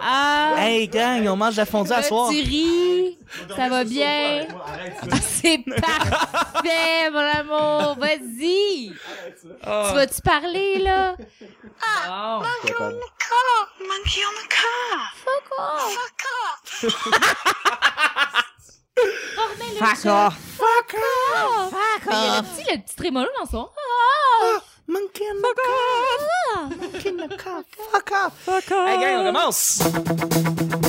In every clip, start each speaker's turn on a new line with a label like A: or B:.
A: Ah!
B: Hey, gang, on mange la fondue à
A: Le
B: soir.
A: petit riz, ça va bien. Ah, C'est parfait, mon amour. Vas-y.
B: Ah.
A: Tu vas-tu parler, là?
C: Bon.
D: Monkey on the car.
A: Fuck off.
D: Fuck off.
A: Remets le
C: Fuck
A: chat.
C: off.
A: Fuck off. Mais Il y a le petit, le petit trémolo dans son. Ah!
B: Monkey in the car. Monkey in the car. Fuck off. Fuck off. Hey, gang, on commence.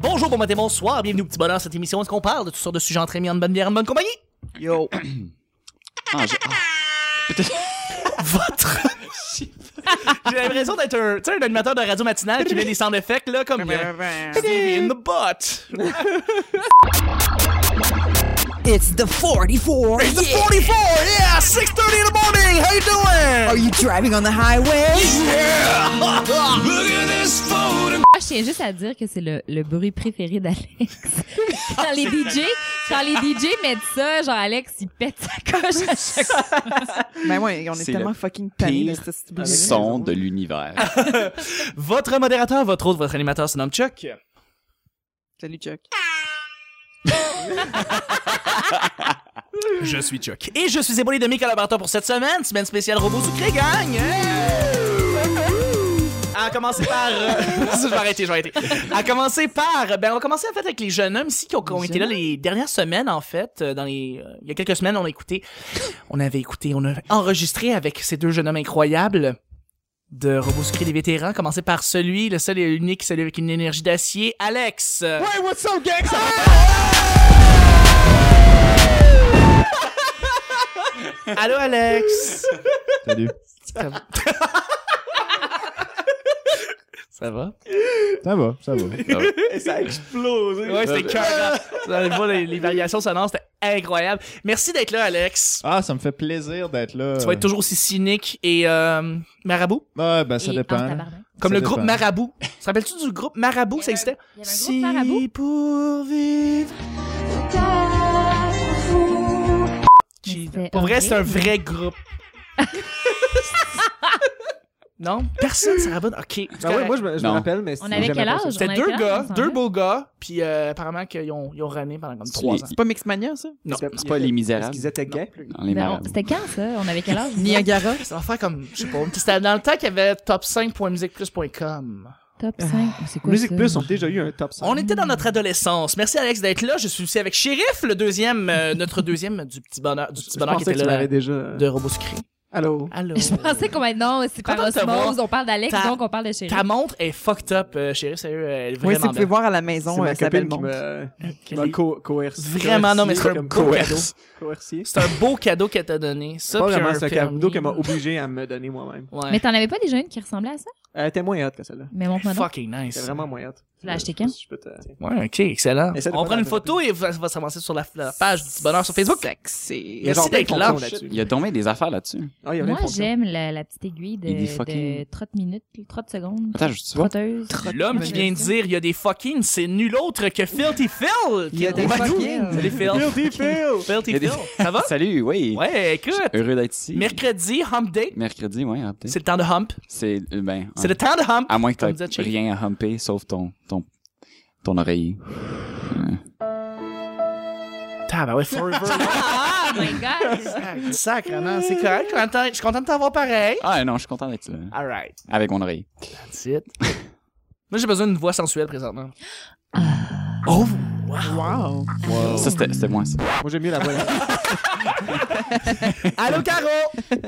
B: Bonjour, bon matin, bonsoir, bienvenue au Petit Bonheur, cette émission où est-ce qu'on parle de toutes sortes de sujets entre amis, en bonne bière, en bonne compagnie.
E: Yo. Ah, j'ai- ah.
B: votre. J'ai l'impression d'être un, tu sais, un animateur de radio matinale qui met des sound effects, là, comme. euh, Stevie in the butt.
E: It's the 44.
B: It's the 44, yeah, 6:30 in the morning. How you doing?
E: Are you driving on the highway?
A: Moi, je tiens juste à dire que c'est le, le bruit préféré d'Alex. quand les DJ, quand les DJ mettent ça, genre Alex, il pète sa coche à chaque fois.
F: Ben ouais, on est,
E: C'est
F: tellement
E: le
F: fucking tanné de
E: pire Ah,
F: ce style de
E: Son de l'univers.
B: Votre modérateur, votre autre, votre animateur se nomme Chuck.
F: Salut Chuck.
B: Je suis Chuck. Et je suis épaulé de mes collaborateurs pour cette semaine, semaine spéciale robot sucré gagne. À commencer par. euh, je vais arrêter, je vais arrêter. À commencer par. Ben, on va commencer en fait avec les jeunes hommes ici qui ont, qui ont été là les dernières semaines en fait. euh, Dans les, euh, il y a quelques semaines, on a écouté. On avait écouté, on a enregistré avec ces deux jeunes hommes incroyables de Robots sucrés des vétérans. Commencer par celui, le seul et l'unique, celui avec une énergie d'acier, Alex.
E: Hey, what's up, gang?
B: Allô, Alex.
G: Salut.
B: Ça va?
G: Ça va, ça va.
E: Et ça explose.
B: Ouais, c'était cœur. hein. Vous allez voir les, les variations sonores, c'était incroyable. Merci d'être là, Alex.
G: Ah, ça me fait plaisir d'être là.
B: Tu vas être toujours aussi cynique et euh, marabout.
G: Ah, ben ça
A: Et en
G: dépend.
A: tabarnak.
B: Comme
G: Ça
B: le
G: dépend.
B: groupe Marabout. Tu te rappelles-tu du groupe Marabout?
A: Il y
B: Ça existait?
A: avait Il y avait un groupe marabout.
B: pour vivre. Jesus.
A: c'était
B: Pour vrai, c'est un
A: horrible.
B: vrai groupe. non? Personne se rabonne. Ok. c'est
H: Ah ouais,
B: correct.
H: moi je me, je me
E: Non.
H: rappelle, mais
A: On avait
H: jamais
A: quel âge?
H: pensé.
A: On
B: C'était
A: avait
B: deux
A: quel âge
B: gars,
A: ensemble?
B: deux beaux gars, puis euh, apparemment qu'ils ont, ils ont runné pendant comme trois
E: Qui-
B: ans.
F: C'est pas Mixmania, ça?
B: Non.
E: C'est pas les
H: Est-ce
E: misérables.
H: qu'ils étaient gays?
E: Non, les
A: Ben, on-
E: marabouts.
A: C'était quand ça? On avait quel âge?
F: Niagara.
B: Ça va faire comme, je sais pas, c'était dans le temps qu'il y avait top5.musicplus.com.
A: Top 5. C'est quoi
H: Musique
A: ça?
H: Plus ont déjà eu un top 5.
B: On était dans notre adolescence. Merci Alex d'être là. Je suis aussi avec Shérif, le deuxième, euh, notre deuxième du petit bonheur, du petit
H: Je
B: bonheur qui
H: pensais
B: était
H: que tu
B: là
H: l'avais déjà. euh,
B: de Robot Sucré.
H: Allô?
B: Allô.
A: Je pensais qu'on maintenant, c'est par
B: Content de te
A: osmose, on parle d'Alex,
B: Ta-
A: donc on parle de chérie.
B: Ta montre est fucked up, euh, Shérif. Sérieux, elle est
F: Oui, si
B: vraiment
F: vous pouvez
B: belle.
F: voir à la
H: C'est
F: maison,
H: ma
F: euh, ça belle
H: copine qui
F: montre.
H: m'a qui
B: Elle
H: m'a
B: est
H: co- coerci.
B: Vraiment, non, mais c'est un
H: comme
B: beau
H: coerci-
B: cadeau.
H: Coercier.
B: C'est un beau cadeau qu'elle t'a donné. Ça,
H: Pas
B: puis
H: vraiment
B: un
H: ce
B: permis.
H: cadeau qu'elle m'a obligé à me donner moi-même.
B: Ouais.
A: Mais t'en avais pas déjà une qui ressemblait à ça?
H: Elle était moins hot que celle-là.
A: Mais mon nom.
B: Fucking nice.
H: C'était vraiment moins hot.
A: Tu l'as acheté
H: Je sais
A: quand?
H: pas si je peux te-
B: Ouais, ok, excellent.
H: Essaie de
B: On
H: pas
B: prend une
H: la-
B: photo et ça va s'avancer sur la, la page du petit bonheur sur Facebook.
F: Sexy.
H: Mais genre,
B: d'être
H: plein de
B: là.
H: fonctions là-dessus.
E: Il y a tombé des affaires là-dessus.
H: Ah, il y a plein
A: Moi,
H: de fonctions.
A: j'aime la, la petite aiguille de,
E: Il dit fucking-
A: de 30 minutes, 30 secondes.
E: Attends, je- tu vois.
A: Trotteuse.
B: L'homme qui vient de dire il y a des fucking, c'est nul autre que Filthy Phil.
F: Il y a
B: qui
F: des
B: est là.
F: fucking.
H: euh,
B: Salut Phil.
H: Guilty Phil!
B: Filthy
E: Il y a
B: Phil.
E: des-
B: Ça va?
E: Salut, oui.
B: Ouais, écoute.
E: Heureux d'être ici.
B: Mercredi, hump day.
E: Mercredi, ouais, ah, peut-être.
B: C'est le temps de hump.
E: C'est euh, ben.
B: C'est
E: ah,
B: le temps de hump.
E: À moins que
B: Comme disait
E: t'aies
B: Chief.
E: rien à humper sauf ton ton ton oreiller.
B: Ah, bah ouais, forever.
A: Oh my god!
B: Sacre, non, c'est correct. Je suis content- Je suis content de t'avoir pareil.
E: Ah non, je suis content d'être là.
B: Alright.
E: Avec mon oreiller.
B: That's it. Moi, j'ai besoin d'une voix sensuelle présentement. Oh!
F: Wow.
E: Ça, c'était c'était moi, ça.
H: Moi, j'aime mieux la voix.
B: Allô, Caro!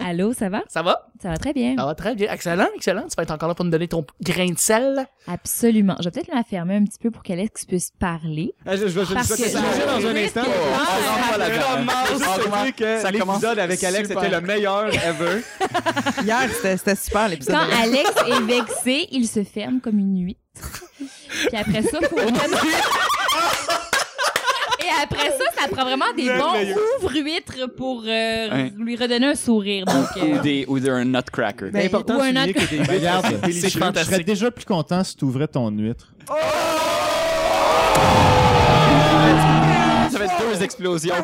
A: Allô, ça va?
B: Ça va?
A: Ça va très bien.
B: Ça va très bien. Excellent, excellent. Tu vas être encore là pour nous donner ton grain de sel.
A: Absolument. Je vais peut-être la fermer un petit peu pour qu'Alex puisse parler.
H: Ah, je, je, je, je, je,
A: Parce que-
H: je- je- dans un
A: Parce
H: instant.
A: que-
E: Ah,
H: Je
E: ça commence.
H: commence juste te dire que
E: Ça commence
H: l'épisode avec Alex
E: super.
H: était le meilleur ever.
F: Hier, c'était c'était super l'épisode.
A: Quand Alex est vexé, il se ferme comme une huître. Puis après ça, faut... Et après ça, ça prend vraiment des bons ouvre-huîtres pour euh, lui redonner un sourire. Donc, euh,
E: Ou, des, ou des- un nutcracker.
H: C'est important
A: ou
H: de
A: un
H: souligner
A: autre-
H: que des
G: Ben, regarde,
B: C'est
G: je serais- je serais
B: fantastique.
G: déjà plus content si tu ouvrais ton huître.
E: Ça va être deux explosions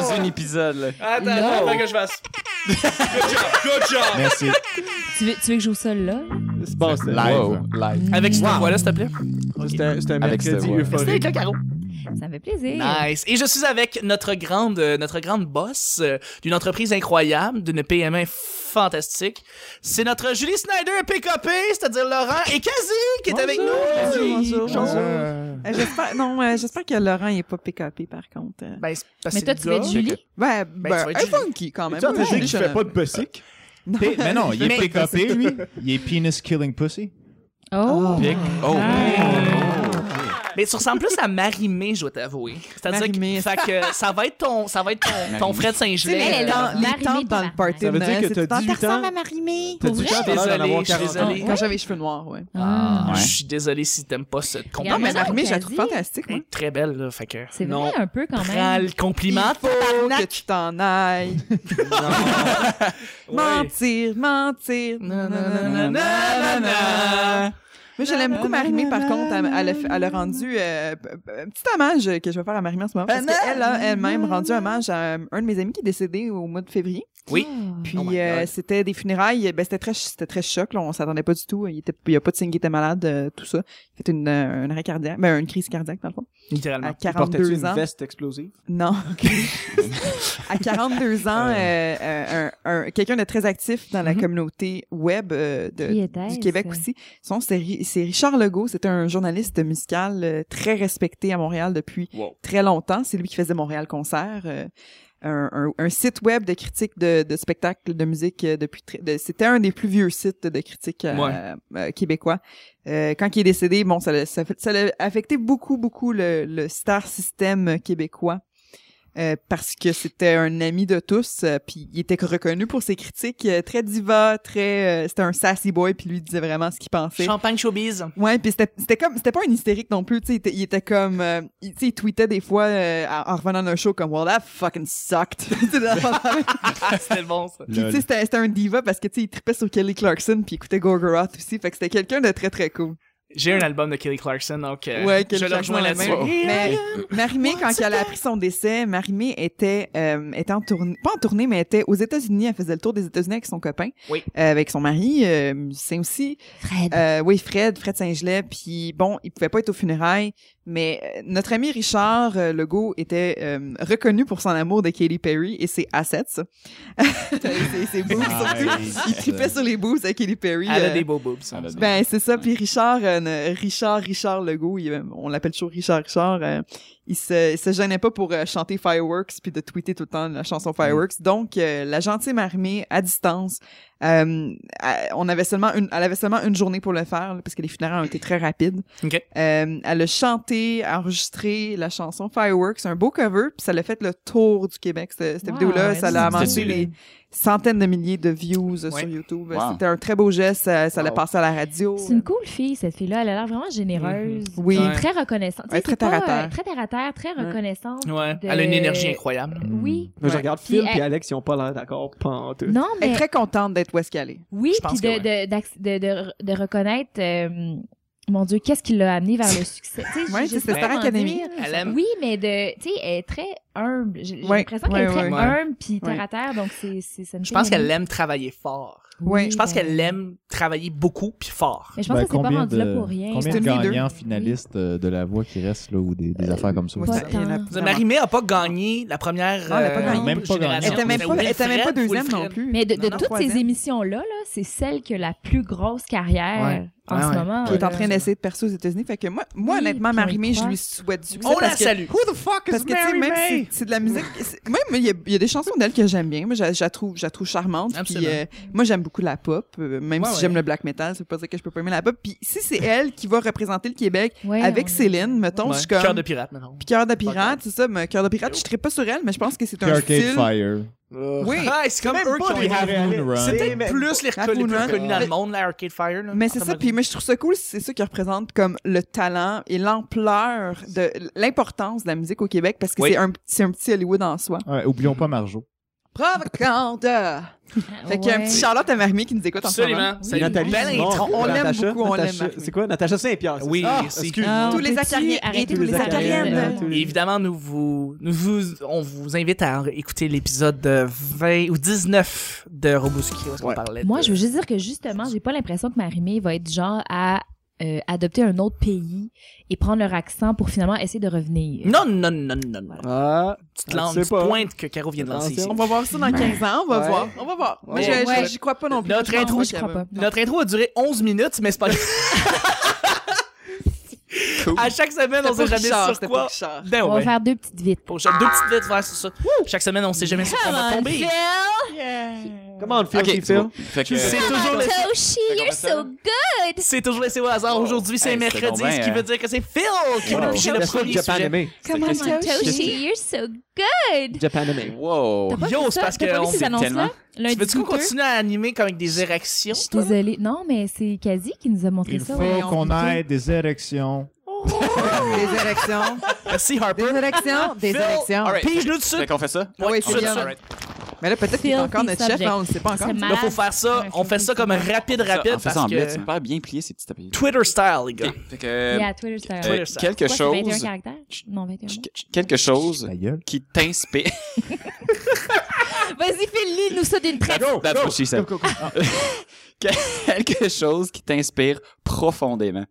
E: dans un épisode. là.
B: Attends,
A: Non.
B: attends, attends que je fasse. Good job, good job.
G: Merci.
A: tu, veux, tu veux que je joue ça là?
H: C'est bon, c'était-
G: Live.
E: Wow, live.
B: Avec cette voix-là, s'il te plaît.
H: c'était un- c'était un
E: Avec
H: mercredi
E: ce- ouais.
H: euphorique.
B: carreau.
A: Ça me fait plaisir.
B: Nice. Et je suis avec notre grande, euh, notre grande boss euh, d'une entreprise incroyable, d'une PME fantastique. C'est notre Julie Snyder PKP, c'est-à-dire Laurent et Kazu qui est avec nous.
F: Bonjour,
B: Kazu.
F: bonjour. Euh, j'espère, non, euh, j'espère que Laurent n'est pas pick-upé, par contre. Euh,
B: Ben, c'est parce
A: Mais
B: que c'est
A: toi,
B: le
A: tu vas être
B: gars.
A: Julie?
F: Ben,
B: tu
F: ben,
B: vas être
F: un
B: Julie.
F: funky quand même.
G: Tu as
F: Moi,
G: dit
F: je
G: que je
F: suis
G: fais pas de pussic? Mais non, il est
B: Mais-
G: PKP, lui. Il est penis killing pussy.
A: Oh!
G: Ah.
E: Oh.
B: Ah. Mais tu ressembles plus à Marie-Mé, je dois t'avouer. C'est-à-dire que,
F: Marie-Mé.
B: fait que ça va être ton, ça va être ton, ton
E: Marie-Mé.
B: frais de Saint-Gelais.
A: Tu sais,
F: Les
A: elle
B: Euh,
A: a-
F: temps- les temps dans le party
H: Ça veut
F: de
H: dire
F: Noël, c'est
H: que t'as
F: tout le temps,
H: 18 ans.
F: Ça ressemble à Marie-Mé.
H: T'as
A: Pour
H: du
A: vrai?
H: temps, t'as l'air d'en
B: Désolé,
H: avoir
B: je suis
H: 40 ans.
B: désolé.
F: Ah, Quand j'avais les cheveux noirs, ouais.
A: Ah.
E: Ouais.
B: Je suis désolé si t'aimes pas ce compliment.
F: Non, mais
A: mais non,
F: Marie-Mé, je la
A: quasi.
F: trouve fantastique, moi.
B: Elle est Très belle, là, fait que.
A: C'est
H: Non.
A: vrai un peu quand
B: Prends
A: même.
B: le compliment.
F: que tu t'en ailles. Mentir, mentir.
B: Nanana.
F: Moi, je l'aime beaucoup, Marie-Mé, par contre. Elle, elle a, fait- elle a rendu euh, p- p- un petit hommage que je vais faire à Marie-Mé en ce moment. Parce qu'elle a elle-même rendu hommage à euh, un de mes amis qui est décédé au mois de février.
B: Oui.
F: Puis
B: Oh my God.
F: euh, c'était des funérailles. Ben, c'était très, ch- c'était très choc. Là, on s'attendait pas du tout. Il était, il y a pas de signe qu'il était malade, euh, tout ça. Il fait une, euh, un arrêt cardiaque, ben, une crise cardiaque dans le fond. À
B: Littéralement.
H: Portais-tu
F: 42
H: une
F: ans.
H: veste explosive?
F: Non. à 42 ans, euh, euh, un- un- quelqu'un de très actif dans la
H: Mm-hmm.
B: Mhm.
F: communauté web euh, de,
A: Qui était-ce?
F: du Québec aussi. Son, c'est Ri- c'est Richard Legault. C'était un journaliste musical euh, très respecté à Montréal depuis
H: Wow.
F: très longtemps. C'est lui qui faisait Montréal Concert. euh, un, un- un site web de critique de, de spectacles de musique euh, depuis très- de- c'était un des plus vieux sites de critique euh,
B: Ouais.
F: euh, québécois Euh, quand il est décédé bon ça l'a- ça fait- ça l'a affecté beaucoup beaucoup le, le star system québécois euh, parce que c'était un ami de tous, euh, puis il était reconnu pour ses critiques euh, très diva, très euh, c'était un sassy boy, puis lui disait vraiment ce qu'il pensait.
B: Champagne showbiz.
F: Ouais, puis c'était c'était comme c'était pas un hystérique non plus, tu sais, il était- il était comme euh, il, tu sais, il tweetait des fois euh, en en revenant d'un show comme well that fucking sucked. Tu sais, dans-
B: Ah, c'était bon, ça.
F: puis, tu sais, c'était c'était un diva parce que tu sais, il tripait sur Kelly Clarkson puis il écoutait Gorgoroth aussi, fait que c'était quelqu'un de très très cool.
B: J'ai un album de Kelly Clarkson, donc euh,
F: Ouais, Kelly
B: je le
F: Clarkson
B: rejoins
F: elle-même.
B: là-dessus.
F: Mais euh, Marimé, quand elle a appris son décès, Marimé était, euh, était en tournée, pas en tournée, mais était aux États-Unis. Elle faisait le tour des États-Unis avec son copain,
B: Oui.
F: euh, avec son mari, euh, musicien aussi.
A: Fred.
F: Euh, oui, Fred, Fred Saint-Gelais. Puis bon, il pouvait pas être aux funérailles, mais euh, notre ami Richard euh, Legault était euh, reconnu pour son amour de Katy Perry et ses assets. ses, ses boobs, surtout. Il tripait sur les boobs à Katy Perry.
B: Elle a
F: euh,
B: des beaux boobs. ça.
E: Ça va bien.
F: ben, c'est ça. Puis Richard, euh, ne- Richard, Richard Legault, il, euh, on l'appelle toujours Richard Richard, euh, il, se, il se gênait pas pour euh, chanter Fireworks puis de tweeter tout le temps la chanson Fireworks. Donc, euh, la gentille marmée à distance, euh, elle- on avait seulement une, elle avait seulement une journée pour le faire là, parce que les funérailles ont été très rapides.
B: Ok.
F: Euh, elle a chanté, enregistré la chanson Fireworks, un beau cover, puis ça l'a fait le tour du Québec. Cette, cette
A: Wow,
F: vidéo-là, ça l'a
E: c'est
F: amassé
E: stylé.
F: des centaines de milliers de views euh,
B: Ouais.
F: sur YouTube.
E: Wow.
F: C'était un très beau geste. Ça, ça l'a
H: Wow.
F: passé à la radio.
A: C'est une cool fille, cette fille-là. Elle a l'air vraiment généreuse.
F: Oui.
A: Puis Très reconnaissante. Tu sais,
F: Ouais, très
A: c'est pas,
F: terre-à-terre.
A: euh, Très terre à terre, très reconnaissante.
B: Ouais.
A: de-
B: Elle a une énergie incroyable.
A: Oui.
H: Moi, je
F: Ouais.
H: regarde
A: Puis
H: Phil
A: elle-
H: et Alex, ils ont pas l'air d'accord pantoute.
A: Non,
F: Mm. Elle est
A: mais
F: très contente d'être où est-ce qu'elle est.
A: oui,
B: Je pense
A: puis
B: que
A: de, de, d'acc- de, de, de reconnaître, euh, mon Dieu, qu'est-ce qui l'a amené vers le succès. Tu sais, je-
F: Ouais,
A: je sais
F: tu sais, c'est
A: pas
F: Star
A: comment
F: Academy.
A: dire.
B: Elle aime.
A: Oui, mais de, tu sais, elle est très humble. J'ai j'ai
F: Ouais,
A: l'impression qu'elle
F: ouais,
A: est très
F: ouais.
A: humble puis
F: Ouais.
A: terre à terre, donc c'est, c'est, ça me
B: Je
A: fait
B: pense
A: aimer.
F: Mm-hmm.
B: qu'elle aime travailler fort.
F: Oui.
B: Je pense
A: ben-
B: qu'elle aime travailler beaucoup puis fort.
A: Mais je pense
G: Ben,
A: que c'est pas
G: combien
A: rendu là pour rien.
F: C'est
G: Combien de
F: une leader.
G: gagnants finalistes euh, de la voix qui restent là ou des, des affaires comme ça?
F: Moi,
A: Pas
F: ça- il y en a
A: tant.
F: vraiment.
B: Marie-Mé a pas gagné la première.
F: Non, elle a pas
B: euh,
F: gagné.
G: Même pas
B: génération.
G: gagné.
F: Elle était même
B: C'est
F: pas, elle était même pas
B: Wilfred,
F: deuxième non
B: Wilfred.
F: plus.
A: Mais de, de
B: Non, non,
A: toutes
F: troisième.
A: ces émissions-là, là, c'est celle qui a la plus grosse carrière
B: Ouais.
A: en
B: Ouais,
A: ce
B: ouais.
A: moment.
F: Qui est en
A: là.
F: train d'essayer de percer aux États-Unis. Fait que moi, moi
A: euh, Oui,
F: honnêtement,
A: puis on y
F: Marie-Mé, je
A: croit.
F: lui souhaite du succès.
B: On la
F: parce que-
B: salue.
F: Who the fuck
B: is
F: Parce que, tu sais,
B: Mary
F: même
B: May?
F: si c'est de la musique. c'est- Même, il y, a- il y a des chansons d'elle que j'aime bien. Moi, je je la trouve, je la trouve charmante. Puis,
B: Absolument.
F: euh, moi, j'aime beaucoup la pop. euh, même
B: Ouais,
F: si
B: ouais.
F: j'aime le black metal, ça veut pas dire que je peux pas aimer la pop. Puis, si c'est elle qui va représenter le Québec
A: Ouais,
F: avec
A: on-
F: Céline, mettons,
B: Ouais.
F: je suis
B: Cœur
F: comme.
B: de pirate, maintenant.
F: Puis Cœur de pirate, c'est ça. mais Cœur de pirate, je ne pas sur elle, mais je pense que c'est un
G: Arcade
F: style.
G: Fire.
F: Oui.
B: Ah, c'est comme
H: Même
B: eux
H: pas
B: qui ont
H: des
B: les-
H: Harpoon Run.
B: C'est
H: Mais-
B: peut-être plus les reconnus les
F: Harpoon
B: plus
F: Run.
B: connus dans le monde, la Arcade Fire. là.
F: Mais c'est ça,
B: Automatiquement.
F: puis mais je trouve ça cool, c'est ça qui représente comme le talent et l'ampleur de l'importance de la musique au Québec parce que
B: Oui.
F: c'est un c'est un petit Hollywood en soi.
G: Ouais, oublions pas Marjo.
F: Provocante.
A: Ah,
F: Fait qu'il y a un petit Charlotte à Marmier qui nous écoute en ce moment.
B: Absolument. C'est
H: Nathalie
B: une belle
H: Simon,
B: intro.
F: on l'aime
H: Natacha-
F: beaucoup, on l'aime,
H: Natacha-
F: Marc.
H: C'est quoi, Natacha Saint-Pierre? c'est
B: Oui,
H: ça? Ah,
B: c'est-
H: excuse.
A: Ah,
F: Tous les
A: peux-tu
F: acariens et
A: arrêter
F: tous
A: de
F: les
A: les
F: acariennes.
A: acariennes?
H: Tous
B: Et
H: les-
B: Évidemment, nous vous, nous vous- on vous invite à écouter l'épisode de 20 ou 19 de Robuski, où est-ce qu'on
H: Ouais.
B: parlait.
A: Moi,
B: de-
A: je veux juste dire que justement, j'ai pas l'impression que Marimé va être du genre à euh, adopter un autre pays et prendre leur accent pour finalement essayer de revenir.
B: Non, non, non, non, non.
H: Ah,
B: Petite langue,
H: Je sais
B: petite
H: pas.
B: pointe que Caro vient de lancer ici.
H: Attention.
F: On va voir ça dans 15 ans, on va
H: Ouais.
F: voir. On va voir. Mais
H: Ouais.
F: je- je-
A: Ouais.
F: j'y crois pas non plus.
B: Notre
F: Je pense
B: intro,
F: pas
A: je
F: qu'il y
A: crois
F: avait-
A: pas.
B: Notre intro a duré 11 minutes, mais c'est pas
E: Cool.
B: À chaque semaine, on
F: C'était
B: sait
F: pas
B: jamais
F: Richard,
B: sur
F: c'était
B: quoi.
F: pas Richard.
B: Ben
A: On va
B: ouais.
A: faire deux petites vites.
B: Pour chaque deux petites lettres, voilà, c'est ça. Chaque semaine, on sait jamais sur quoi on
A: Ah,
B: va tomber.
H: comment on le fait,
E: Ok,
H: Phil?
E: bon. Fait que,
B: C'est toujours le-
A: Toshi, you're so good.
B: c'est toujours laissé au hasard. Aujourd'hui, c'est
E: Hey, c'était
B: mercredi,
E: donc
B: ce
E: bien,
B: qui
E: hein.
B: veut dire que c'est Phil qui va nous
E: Wow.
B: piger le
H: Le seul
B: premier
H: Ah. Japan
B: sujet.
H: animé.
F: Comment ça?
A: you're so good.
H: Japan animé.
E: Wow.
A: T'as pas
B: Yo,
A: vu
B: c'est
A: ça?
B: parce
A: T'as pas
B: que
A: vu
B: on
A: ces
B: sait
A: annonces-là? Lundi
B: Veux-tu qu'on
A: douteux?
B: continue à animer comme avec des érections?
A: Je suis désolée. Non, mais c'est Kazi qui nous a montré
G: Il
A: ça.
G: faut
A: ouais.
G: qu'on ait des érections.
F: Des érections,
B: Merci,
F: des
B: Harper.
F: érections, des
B: Phil,
F: érections.
E: alright.
B: Pige-nous dessus.
E: Fait qu'on fait ça?
F: Ouais,
B: tout de
F: c'est
B: suite.
F: bien. Mais là, peut-être qu'il est
A: Filthy
F: encore notre chef,
A: subject.
F: hein, on ne sait pas encore.
A: C'est
B: Là,
A: malade.
B: faut faire ça.
A: Ouais,
B: On fait ça comme rapide, rapide.
E: On fait ça en hein.
B: parce
E: bleu,
B: que-
E: c'est super bien plié ces petits tapis.
B: Twitter style, les gars.
E: Fait que,
A: Yeah, Twitter Star.
E: euh,
B: Twitter style.
E: quelque
A: Quoi, c'est 21
E: chose,
A: caractères? Non, 21 mots.
E: quelque chose
G: Ta gueule.
E: qui t'inspire.
A: Vas-y, Phil, lis-nous ça d'une traite.
E: That's what she said.
H: Ah,
E: quelque chose qui t'inspire profondément.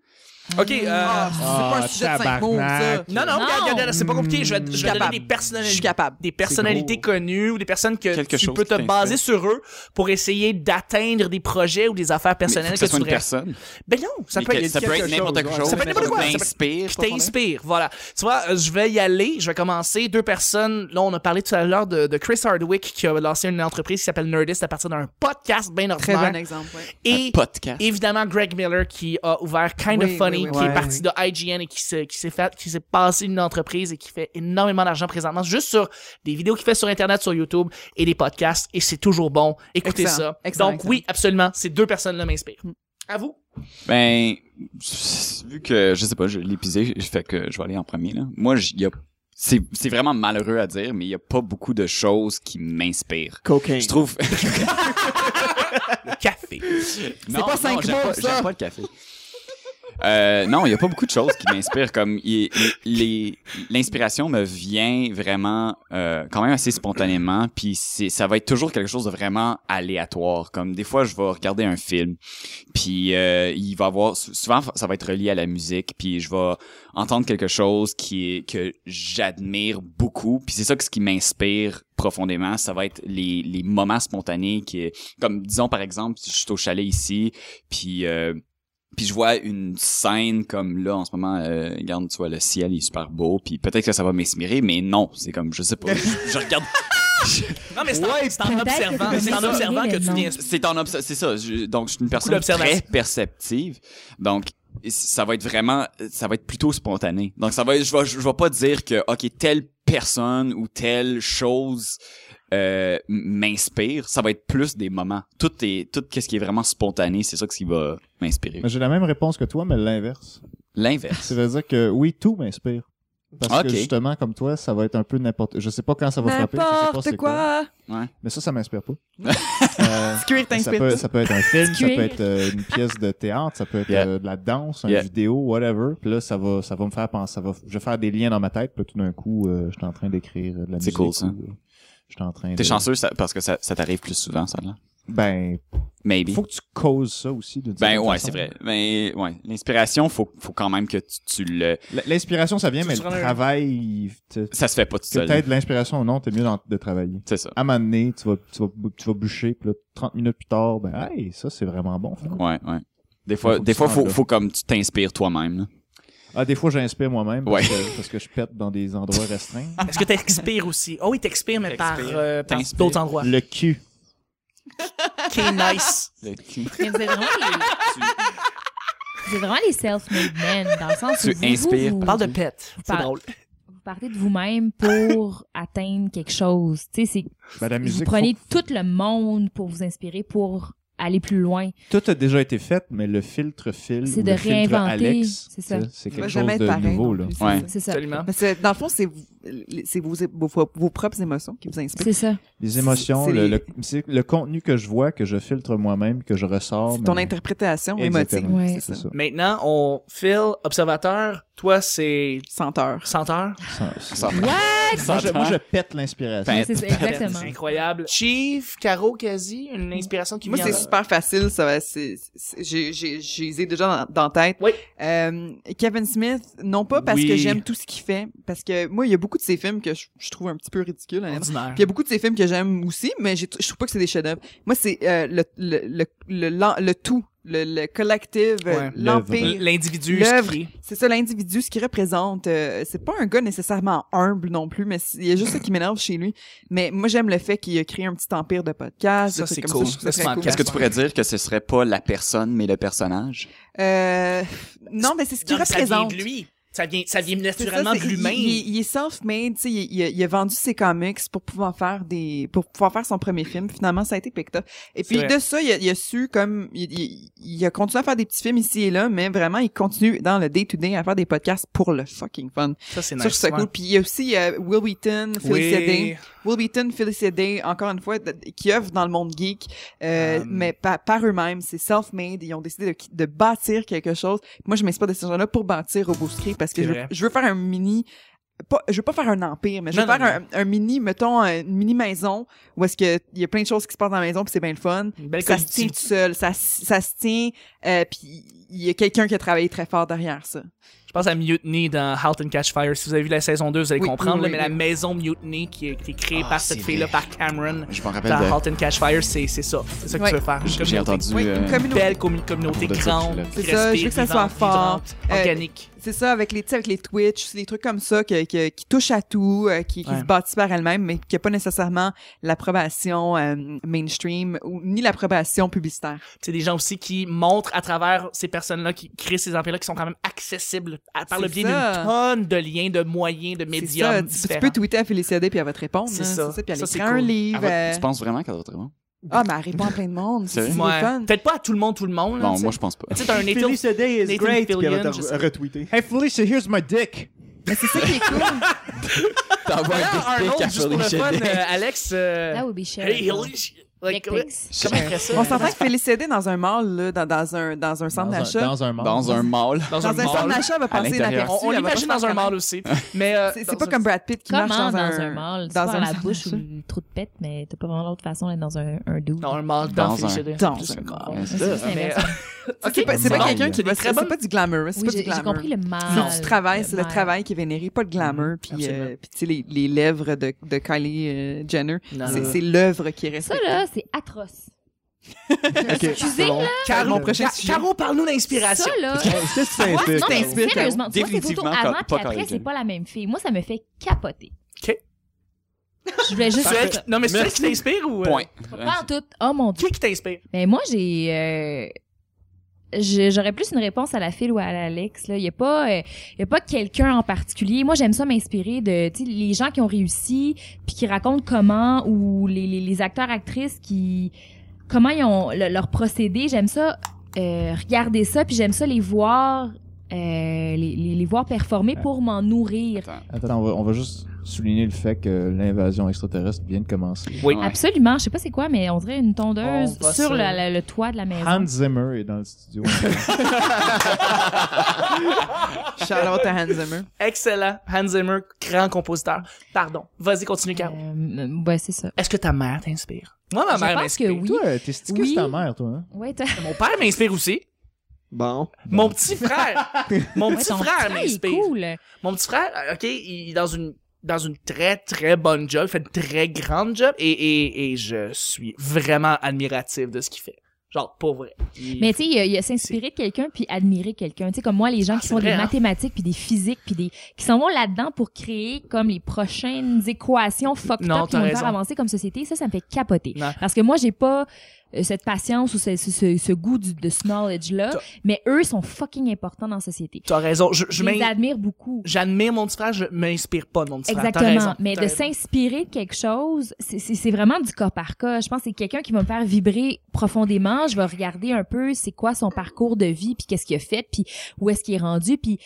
B: OK, euh...
F: Ah, c'est pas un
G: Ah,
F: sujet de cinq
G: tabarnak.
F: mots, ça.
B: Non, non,
A: Non.
B: regarde, regarde, regarde, c'est pas compliqué. Je vais, je
F: suis
B: vais donner
F: capable.
B: des personnalités,
F: Je suis capable.
B: des personnalités connues ou des personnes que
E: Quelque
B: tu
E: chose
B: peux
E: qui
B: te
E: t'inspire.
B: baser sur eux pour essayer d'atteindre des projets ou des affaires
E: Mais faut
B: personnelles que,
E: que ce
B: tu
E: soit une
B: voudrais.
E: personne.
B: Ben non, ça
E: Mais
B: peut
E: que-
B: être
E: ça peut être
B: quelque
E: n'importe
B: chose.
E: quoi.
B: Ça peut être n'importe quoi. Ça peut-
E: T'inspire.
B: qui t'inspire, voilà. Tu vois, euh, je vais y aller. Je vais commencer. Deux personnes. Là, on a parlé tout à l'heure de, de Chris Hardwick qui a lancé une entreprise qui s'appelle Nerdist à partir d'un podcast bien
F: Très
B: ordinaire.
F: bon exemple, ouais.
E: Un
B: Et
E: podcast.
B: évidemment Greg Miller qui a ouvert Kind of
F: Oui,
B: Funny
F: oui, oui,
B: qui est
F: ouais,
B: parti de IGN et qui s'est qui s'est fait qui s'est passé une entreprise et qui fait énormément d'argent présentement juste sur des vidéos qu'il fait sur internet sur YouTube et des podcasts et c'est toujours bon écoutez
F: Excellent,
B: ça
F: excellent, Mm.
B: donc oui absolument ces deux personnes là m'inspirent à vous
E: Ben, vu que, je sais pas, je l'ai pisé, fait que je vais aller en premier, là. Moi, j- y a, c'est, c'est vraiment malheureux à dire, mais il y a pas beaucoup de choses qui m'inspirent.
H: Cocaine.
E: Je trouve.
B: le café
E: C'est
F: pas cinq
E: j'aime
F: mots,
E: pas,
F: ça.
E: j'aime pas le café. Euh, non, il n'y a pas beaucoup de choses qui m'inspirent. Comme il- les- l'inspiration me vient vraiment euh, quand même assez spontanément, puis c'est ça va être toujours quelque chose de vraiment aléatoire. Comme des fois, je vais regarder un film, puis euh, il va avoir sou- souvent ça va être relié à la musique, puis je vais entendre quelque chose qui est que j'admire beaucoup, puis c'est ça que ce qui m'inspire profondément, ça va être les, les moments spontanés qui est comme disons par exemple, si je suis au chalet ici, puis euh, puis je vois une scène comme là en ce moment, euh, regarde, tu vois le ciel il est super beau, puis peut-être que ça va m'inspirer, mais non, c'est comme je sais pas, je, je regarde,
B: non mais c'est en- c'est en,
A: peut-être que
B: observant
A: c'est
B: c'est en
E: ça.
B: observant que
A: Mais
B: tu
A: non.
B: viens
E: c'est en obs- c'est ça, je- donc je suis une personne
B: d'observation.
E: très perceptive, donc ça va être vraiment, ça va être plutôt spontané, donc ça va, être- je vais je vais pas dire que ok telle personne ou telle chose euh, m'inspire, ça va être plus des moments, tout est tout qu'est-ce qui est vraiment spontané, c'est ça que ce qui va m'inspirer.
G: Mais J'ai la même réponse que toi, mais l'inverse.
E: L'inverse.
G: C'est-à-dire que oui, tout m'inspire. Parce
E: Ok.
G: que justement, comme toi, ça va être un peu n'importe. Je sais pas quand ça va frapper. Je sais pas
F: N'importe
G: c'est
F: quoi.
G: Mais ça, ça m'inspire pas. Euh,
F: Cuir
G: ça,
F: t'inspire.
G: peut, ça peut être un film, ça
A: Squeak.
G: peut être euh, une pièce de théâtre, ça peut être
E: Yeah.
G: euh, de la danse, un
E: Yeah.
G: vidéo, whatever. Puis là, ça va, ça va me faire penser, ça va, je vais faire des liens dans ma tête. Puis là, tout d'un coup, euh, je suis en train d'écrire euh, de la musique.
E: C'est cool, ça.
G: ou, euh, Je suis en train.
E: T'es
G: de-
E: chanceux ça- parce que ça, ça t'arrive plus souvent, ça, là.
G: Ben,
E: Maybe.
G: faut que tu causes ça aussi. d'une
E: Ben
G: certaine
E: ouais,
G: façon.
E: c'est vrai. Mais ouais, l'inspiration, faut, faut quand même que tu, tu le...
G: L- L'inspiration, ça vient,
B: Tu
G: mais le
B: seras un-
G: travail, tu-
E: Ça se fait pas tout
G: que
E: seul.
G: peut-être l'inspiration ou non, t'es mieux d'en- de travailler.
E: C'est ça.
G: À un moment donné, tu vas, tu vas, bou- tu vas bûcher, puis là, 30 minutes plus tard, ben, hey, ça, c'est vraiment bon. finalement.
E: Ouais, ouais. Des fois,
G: Faut que
E: des
G: tu
E: fois,
G: t'en
E: faut,
G: vas.
E: faut comme tu t'inspires toi-même, là.
G: Ah, des fois, j'inspire moi-même parce,
E: Ouais.
G: que, parce que je pète dans des endroits restreints.
B: est-ce que t'expires aussi oh oui t'expires mais par,
E: T'expires,
B: euh, par
E: t'inspires.
B: d'autres endroits
G: Le cul.
B: ok nice
E: Le cul.
A: Mais vous êtes vraiment les... vous êtes vraiment les self-made men, dans le sens
E: Tu
A: où vous,
E: inspires
A: vous,
B: parle de pet c'est
A: Par-
B: drôle
A: partez de vous-même pour atteindre quelque chose. Tu sais, c'est-
G: Ben, la
A: vous
G: musique,
A: prenez
G: faut-
A: tout le monde pour vous inspirer, pour aller plus loin.
G: tout a déjà été fait, mais le filtre fil,
A: C'est
G: ou
A: de
G: le filtre
A: réinventer,
G: Alex,
A: c'est ça.
G: tu sais, C'est
F: va
G: quelque chose
F: jamais être
G: de
F: pareil
G: nouveau
F: non
G: là.
F: plus,
E: Ouais.
A: C'est
F: c'est ça.
A: ça.
B: Absolument.
F: Parce que, dans le fond, c'est vous- c'est vos, vos, vos propres émotions qui vous inspirent.
A: C'est ça.
G: Les émotions,
F: C'est-
G: le,
F: c'est-
G: le, c'est le contenu que je vois, que je filtre moi-même, que je ressors.
F: C'est ton
G: mais-
F: interprétation
G: Exactement.
F: émotive.
A: Ouais.
F: C'est ça.
B: Maintenant, on file observateur. Toi, c'est
F: Senteur.
B: senteur.
G: Ça- ça-
E: Ça-
G: Moi, je, moi,
E: Senteur.
G: je pète l'inspiration.
E: Pète.
A: C'est ça, exactement.
B: C'est incroyable. Chief, Caro, quasi, une inspiration qui
F: Moi,
B: vient
F: c'est
B: de-
F: super facile. Ça va, c'est, c'est- j'ai, j'ai, j'ai les ai déjà dans, dans tête.
B: Oui.
F: Euh, Kevin Smith, non pas parce
B: Oui.
F: que j'aime tout ce qu'il fait, parce que moi, il y a beaucoup de ses films que je, je trouve un petit peu ridicules. honnêtement.
B: ordinaire.
F: Puis il y a beaucoup de ses films que j'aime aussi, mais j'ai- je trouve pas que c'est des chefs-d'œuvre. Moi, c'est euh, le, le, le, le, l'en- le tout, le, le collective, euh,
B: Ouais.
F: l'empire.
B: L'individu,
F: L'œuvre.
B: ce qui est-
F: C'est ça, l'individu, ce qu'il représente. euh, c'est pas un gars nécessairement humble non plus, mais c'est- il y a juste ça qui m'énerve chez lui. Mais moi, j'aime le fait qu'il a créé un petit empire de podcast.
B: Ça,
F: des trucs
B: c'est
F: comme
B: cool.
F: je trouve
B: Ça, c'est
F: très cool.
E: Est-ce que tu pourrais dire que ce serait pas la personne, mais le personnage?
F: Euh, non, mais c'est ce qu'il
B: Non, mais Ça vient
F: représente.
B: de lui. Ça vient, ça vient
F: C'est ça,
B: naturellement
F: c'est-
B: de l'humain.
F: Il, il- il est self-made, tu sais, il, il a- il a vendu ses comics pour pouvoir faire des, pour pouvoir faire son premier film. Finalement, ça a été picked up. Et puis
B: vrai.
F: de ça, il a, il a su comme, il, il- il a continué à faire des petits films ici et là, mais vraiment, il continue dans le day-to-day à faire des podcasts pour le fucking fun.
B: Ça, c'est
F: Ça, je
B: nice.
F: trouve ça cool. Puis il y a aussi euh, Will Wheaton, Phil Sedin.
B: Oui.
F: Will Beaton, Felicity Day, encore une fois, de- qui œuvrent dans le monde geek, euh,
B: Um.
F: mais pa- par eux-mêmes, c'est self-made, ils ont décidé de, de bâtir quelque chose. Moi, je m'inspire de ces gens-là pour bâtir Roboscrit parce que
B: C'est
F: je,
B: vrai.
F: je veux faire un mini, pas, je veux pas faire un empire, mais je
B: Non,
F: veux
B: non,
F: faire un, un mini, mettons, euh, une mini maison où est-ce que il y a plein de choses qui se passent dans la maison puis c'est bien le fun.
B: Une belle
F: Ça se tient
B: collectivité.
F: tout seul, ça, s- ça se tient, euh, puis il y a quelqu'un qui a travaillé très fort derrière ça.
B: Je pense à Mutiny dans Halt and Catch Fire. Si vous avez vu la saison 2, vous allez
F: Oui,
B: comprendre,
F: oui,
B: là,
F: oui,
B: mais la
F: oui.
B: maison Mutiny qui a été créée
E: Ah,
B: par
E: c'est
B: cette fille-là,
E: vrai.
B: par Cameron,
E: Je m'en rappelle
B: dans
E: de...
B: Halt and Catch Fire, c'est c'est ça. C'est ça que
F: Ouais.
B: tu veux faire. Une
E: J'ai
B: communauté.
E: entendu...
F: Oui,
E: euh,
F: une
B: Une
F: communauté.
B: belle commu- communauté
E: Autour de ça,
B: grande,
E: là.
F: C'est ça, je veux que ça soit
B: vivante,
F: fort.
B: vivante,
F: Euh,
B: organique.
F: C'est ça, avec les, tu sais, avec les Twitch, c'est des trucs comme ça que, que- qui touchent à tout, euh, qui, qui
B: Ouais.
F: se bâtissent par elles-mêmes, mais qui n'ont pas nécessairement l'approbation euh, mainstream ou ni l'approbation publicitaire.
B: C'est des gens aussi qui montrent à travers ces personnes-là, qui créent ces empires-là, qui sont quand même accessibles à- par le
F: C'est
B: biais
F: ça.
B: d'une tonne de liens, de moyens, de
F: C'est
B: médiums
F: ça, tu, tu
B: différents.
F: peux tweeter à Félicia Day puis elle va te répondre.
B: C'est ça.
F: hein, puis elle
B: Ça, c'est
F: écrit un
B: cool.
E: ah,
F: livre.
E: ouais,
F: euh,
E: tu penses vraiment qu'elle va très bon?
F: Ah, mais elle répond à plein de monde. C'est
E: Sérieux?
F: c'est
B: Ouais.
F: fun.
B: Peut-être pas à tout le monde, tout le monde. là,
E: Bon,
B: tu sais.
E: moi, je pense pas.
B: Tu sais, t'as un
H: Nathan,
B: native
H: Day is
B: Nathan
H: great. Puis elle
B: Fillion,
H: va
B: je
H: te
B: sais.
H: retweeter.
G: Hey Felicia, here's my dick.
F: Mais c'est ça qui est cool.
E: T'envoies
B: D'ailleurs,
F: Ah,
B: un autre, juste pour le
E: Felicia
B: fun,
E: Day.
B: euh, Alex. euh,
A: That would be shit.
B: Hey, holy shit. Like,
A: Dick
B: ouais,
A: pics.
B: comment on ferait ça?
F: On s'entend que Félicia Day dans un mall, là, dans, dans un, dans un centre
G: Dans un-
F: d'achat,
G: Dans un monde.
E: Dans un mall.
B: dans,
F: dans, un, centre
B: mall.
F: d'achat, elle va passer
E: l'intérieur.
F: inaperçue.
B: On, on
F: elle va pas
B: l'imagine
F: se faire
B: dans un
F: comment-
B: mall aussi. Mais euh,
F: C'est
B: dans
F: c'est pas
B: un-
F: comme Brad Pitt qui
A: Comment
F: marche dans,
A: un mall? Tu
F: dans
A: pars
F: un
A: la
F: centre
A: bouche ou
F: d'achat.
A: le trou de pète, mais t'as pas vraiment l'autre façon d'être dans un, un doux.
B: Dans un mall, dans,
E: Dans
B: Felicia
E: un-
B: Day.
F: dans
B: Juste
F: un
B: comprendre.
E: mall.
A: C'est juste
B: Mais,
A: l'inverse.
B: Ok,
F: C'est pas, c'est pas
G: Bon.
F: quelqu'un qui
B: Des
F: va
B: très
F: c'est
B: bonnes-
F: pas du glamour, euh, c'est
A: Oui,
F: pas
A: j'ai
F: du
A: j'ai
F: glamour.
A: compris le mal.
F: C'est du travail, c'est le
A: mal.
F: travail qui est vénéré, pas le glamour. Puis,
B: Absolument.
F: euh, puis tu sais, les, les lèvres de, de Kylie euh, Jenner,
B: Non,
F: c'est,
B: non.
F: c'est l'œuvre qui reste.
A: Ça, là, c'est atroce.
G: Ok,
A: Excusez,
G: c'est bon.
B: Caro,
F: Mon prochain
B: Ca-
F: sujet.
B: Caro, parle-nous d'inspiration.
A: Ça, là.
G: Qu'est-ce que ça
A: Moi, non,
G: inspire,
A: mais
G: Caro?
F: t'inspires,
A: sérieusement, tu vois ces photos
E: Définitivement,
A: avant
E: pas
A: puis
E: Kylie
A: après, c'est
E: Jenner.
A: pas la même fille. Moi, ça me fait capoter.
B: OK.
A: Je voulais juste...
B: Tu es- Non, mais c'est toi qui t'inspire ou. euh,
E: Point.
A: Pas en tout. Oh mon dieu.
B: Qui qui t'inspire?
A: Mais Ben, moi, j'ai... euh, j'ai- J'aurais plus une réponse à la file ou à l'Alex. là. Il n'y a pas, euh, y a pas quelqu'un en particulier. Moi, j'aime ça m'inspirer de tu sais, les gens qui ont réussi puis qui racontent comment ou les, les, les acteurs, actrices qui... Comment ils ont le- leur procédé. J'aime ça euh, regarder ça puis j'aime ça les voir... euh, les, les, les voir performer pour m'en nourrir.
G: Attends, on va, on va juste souligner le fait que l'invasion extraterrestre vient de commencer.
B: Oui.
E: Ouais.
A: Absolument, je sais pas c'est quoi, mais on dirait une tondeuse
B: On va
A: sur
B: se-
A: le, le- le toit de la maison.
G: Hans Zimmer est dans le studio.
F: Charlotte à Hans Zimmer.
B: Excellent. Hans Zimmer, grand compositeur. Pardon. Vas-y, continue, Caro.
A: Euh, ouais, c'est ça.
B: Est-ce que ta mère t'inspire? Moi, ma
A: Je
B: mère
A: pense que
B: m'inspire.
A: oui.
G: Toi, t'es stické,
A: Oui.
G: c'est ta mère, toi. hein?
A: Ouais, t'as-
B: Mon père m'inspire aussi.
H: Bon.
B: Mon petit frère. Mon
A: ouais,
B: petit
A: ton
B: frère
A: frère, il est
B: m'inspire.
A: cool.
B: Mon petit frère, euh, OK, il est dans une dans une très très bonne job, il fait une très grande job et, et, et je suis vraiment admiratif de ce qu'il fait. Genre pour vrai. Il-
A: Mais tu sais, il y a- il y a s'inspirer de quelqu'un puis admirer quelqu'un. Tu sais, comme moi, les gens
B: Ah,
A: qui
B: c'est
A: font
B: vrai,
A: des
B: hein?
A: mathématiques puis des physiques puis des qui s'en vont là-dedans pour créer comme les prochaines équations fucked
B: Non,
A: up qui vont
B: t'as
A: nous faire
B: raison.
A: avancer comme société, ça, ça me fait capoter.
B: Non.
A: Parce que moi, j'ai pas euh, cette patience ou ce, ce- ce- ce goût du- de ce knowledge-là,
B: T'as-
A: mais eux sont fucking importants dans la société.
B: T'as raison. Je, je
A: Je les
B: m'in-
A: admire beaucoup.
B: J'admire mon petit frère, je m'inspire pas de mon petit frère. T'as
A: Exactement.
B: raison,
A: Mais de
B: t'as raison.
A: s'inspirer de quelque chose, c'est- c'est c'est vraiment du cas par cas. Je pense que c'est quelqu'un qui va me faire vibrer profondément. Je vais regarder un peu c'est quoi son parcours de vie, puis qu'est-ce qu'il a fait, puis où est-ce qu'il est rendu, puis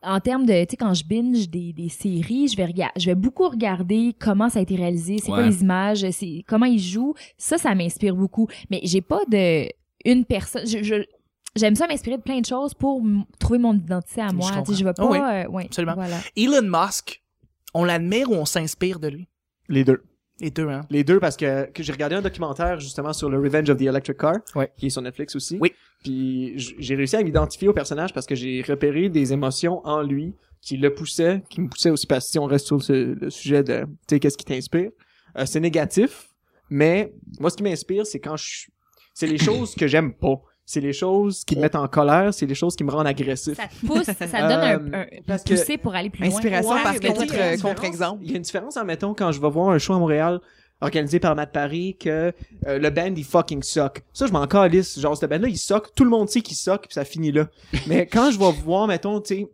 A: en termes de, tu sais, quand je binge des, des séries, je vais regarder, je vais beaucoup regarder comment ça a été réalisé, c'est quoi
E: Ouais.
A: les images, c'est comment ils jouent. Ça, ça m'inspire beaucoup. Mais j'ai pas de une personne. je- je- J'aime ça m'inspirer de plein de choses pour m- trouver mon identité à
B: Je
A: moi. Tu sais,
B: comprends.
A: je vais pas.
B: Oh oui,
A: euh, ouais,
B: absolument.
A: Voilà.
B: Elon Musk, on l'admire ou on s'inspire de lui?
H: Les deux.
B: Les deux, hein?
H: Les deux, parce que, que j'ai regardé un documentaire justement sur le Revenge of the Electric Car,
B: Ouais.
H: qui est sur Netflix aussi.
B: Oui.
H: Puis j- j'ai réussi à m'identifier au personnage parce que j'ai repéré des émotions en lui qui le poussaient, qui me poussaient aussi, parce que si on reste sur ce- le sujet de, tu sais, qu'est-ce qui t'inspire, euh, c'est négatif, mais moi, ce qui m'inspire, c'est quand je suis- C'est les choses que j'aime pas. C'est les choses qui me mettent en colère, c'est les choses qui me rendent agressif.
A: Ça te pousse, ça te donne un,
H: Euh,
A: un
H: parce que-
A: poussé pour aller plus loin.
F: Inspiration
H: Ouais,
F: par
H: mais
F: contre,
H: tu sais, il y a une
F: euh,
H: différence.
F: contre-exemple.
H: Il y a une différence, en mettons, quand je vais voir un show à Montréal organisé par Matt Paris, que euh, le band, il fucking suck. Ça, je m'en calisse. Genre, ce band-là, il suck. Tout le monde sait qu'il suck, puis ça finit là. Mais quand je vais voir, mettons, tu sais,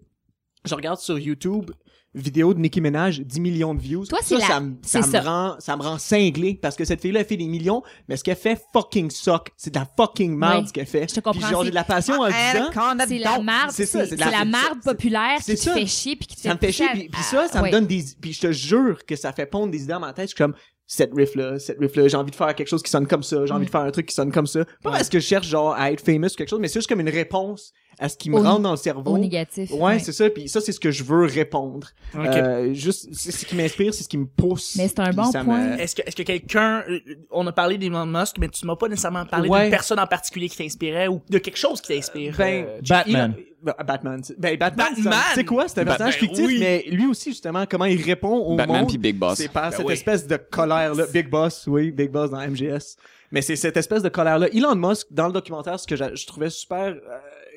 H: je regarde sur YouTube vidéo de Nicki Minaj, 10 millions de views.
A: Toi, c'est
H: ça,
A: la-
H: ça, me- ça,
A: c'est ça.
H: me rend, ça me rend cinglé parce que cette fille-là elle fait des millions, mais ce qu'elle fait fucking suck. C'est de la fucking merde
A: Ouais.
H: ce qu'elle fait.
A: Je te comprends,
H: Puis genre,
A: c'est- Ah,
H: j'ai de la passion en le disant.
F: Anaconda
A: C'est la
F: donc.
A: marde, c'est
H: c'est ça,
A: c'est
H: c'est
A: la,
H: la-
A: marde
H: c'est-
A: populaire qui
H: c'est
A: te
H: ça.
A: fait chier puis qui te
H: ça me fait chier
A: pousser à-
H: puis, puis ça
A: à-
H: ça me
A: Ah, ouais.
H: donne des puis je te jure que ça fait pondre des idées dans ma tête je suis comme cette riff là cette riff là j'ai envie de faire quelque chose qui sonne comme ça j'ai
A: Mm.
H: envie de faire un truc qui sonne comme ça pas parce que je cherche genre à être famous ou quelque chose mais c'est juste comme une réponse à ce qui me
A: Au-
H: rentre dans le cerveau
A: au négatif.
H: ouais,
A: ouais.
H: c'est ça puis ça c'est ce que je veux répondre
B: Ok.
H: Euh, juste c'est ce qui m'inspire c'est ce qui me pousse
A: Mais c'est un
H: puis
A: bon
H: ça me-
A: point.
B: Est-ce que, est-ce que quelqu'un, euh, on a parlé d'Elon Musk, mais tu m'as pas nécessairement parlé
H: Ouais.
B: d'une personne en particulier qui t'inspirait ou de quelque chose qui t'inspire.
H: Ben,
B: euh,
G: Batman.
H: Il- ben, Batman. c'est- Ben, Batman.
B: Batman!
H: c'est- C'est quoi? C'est un
E: Batman,
H: personnage fictif,
B: oui.
H: mais lui aussi, justement, comment il répond au
E: Batman
H: monde.
E: puis Big Boss.
H: C'est par cette
B: oui.
H: espèce de colère-là. Big Boss, oui, Big Boss dans MGS. Mais c'est cette espèce de colère-là. Elon Musk, dans le documentaire, ce que j'a- je trouvais super, euh,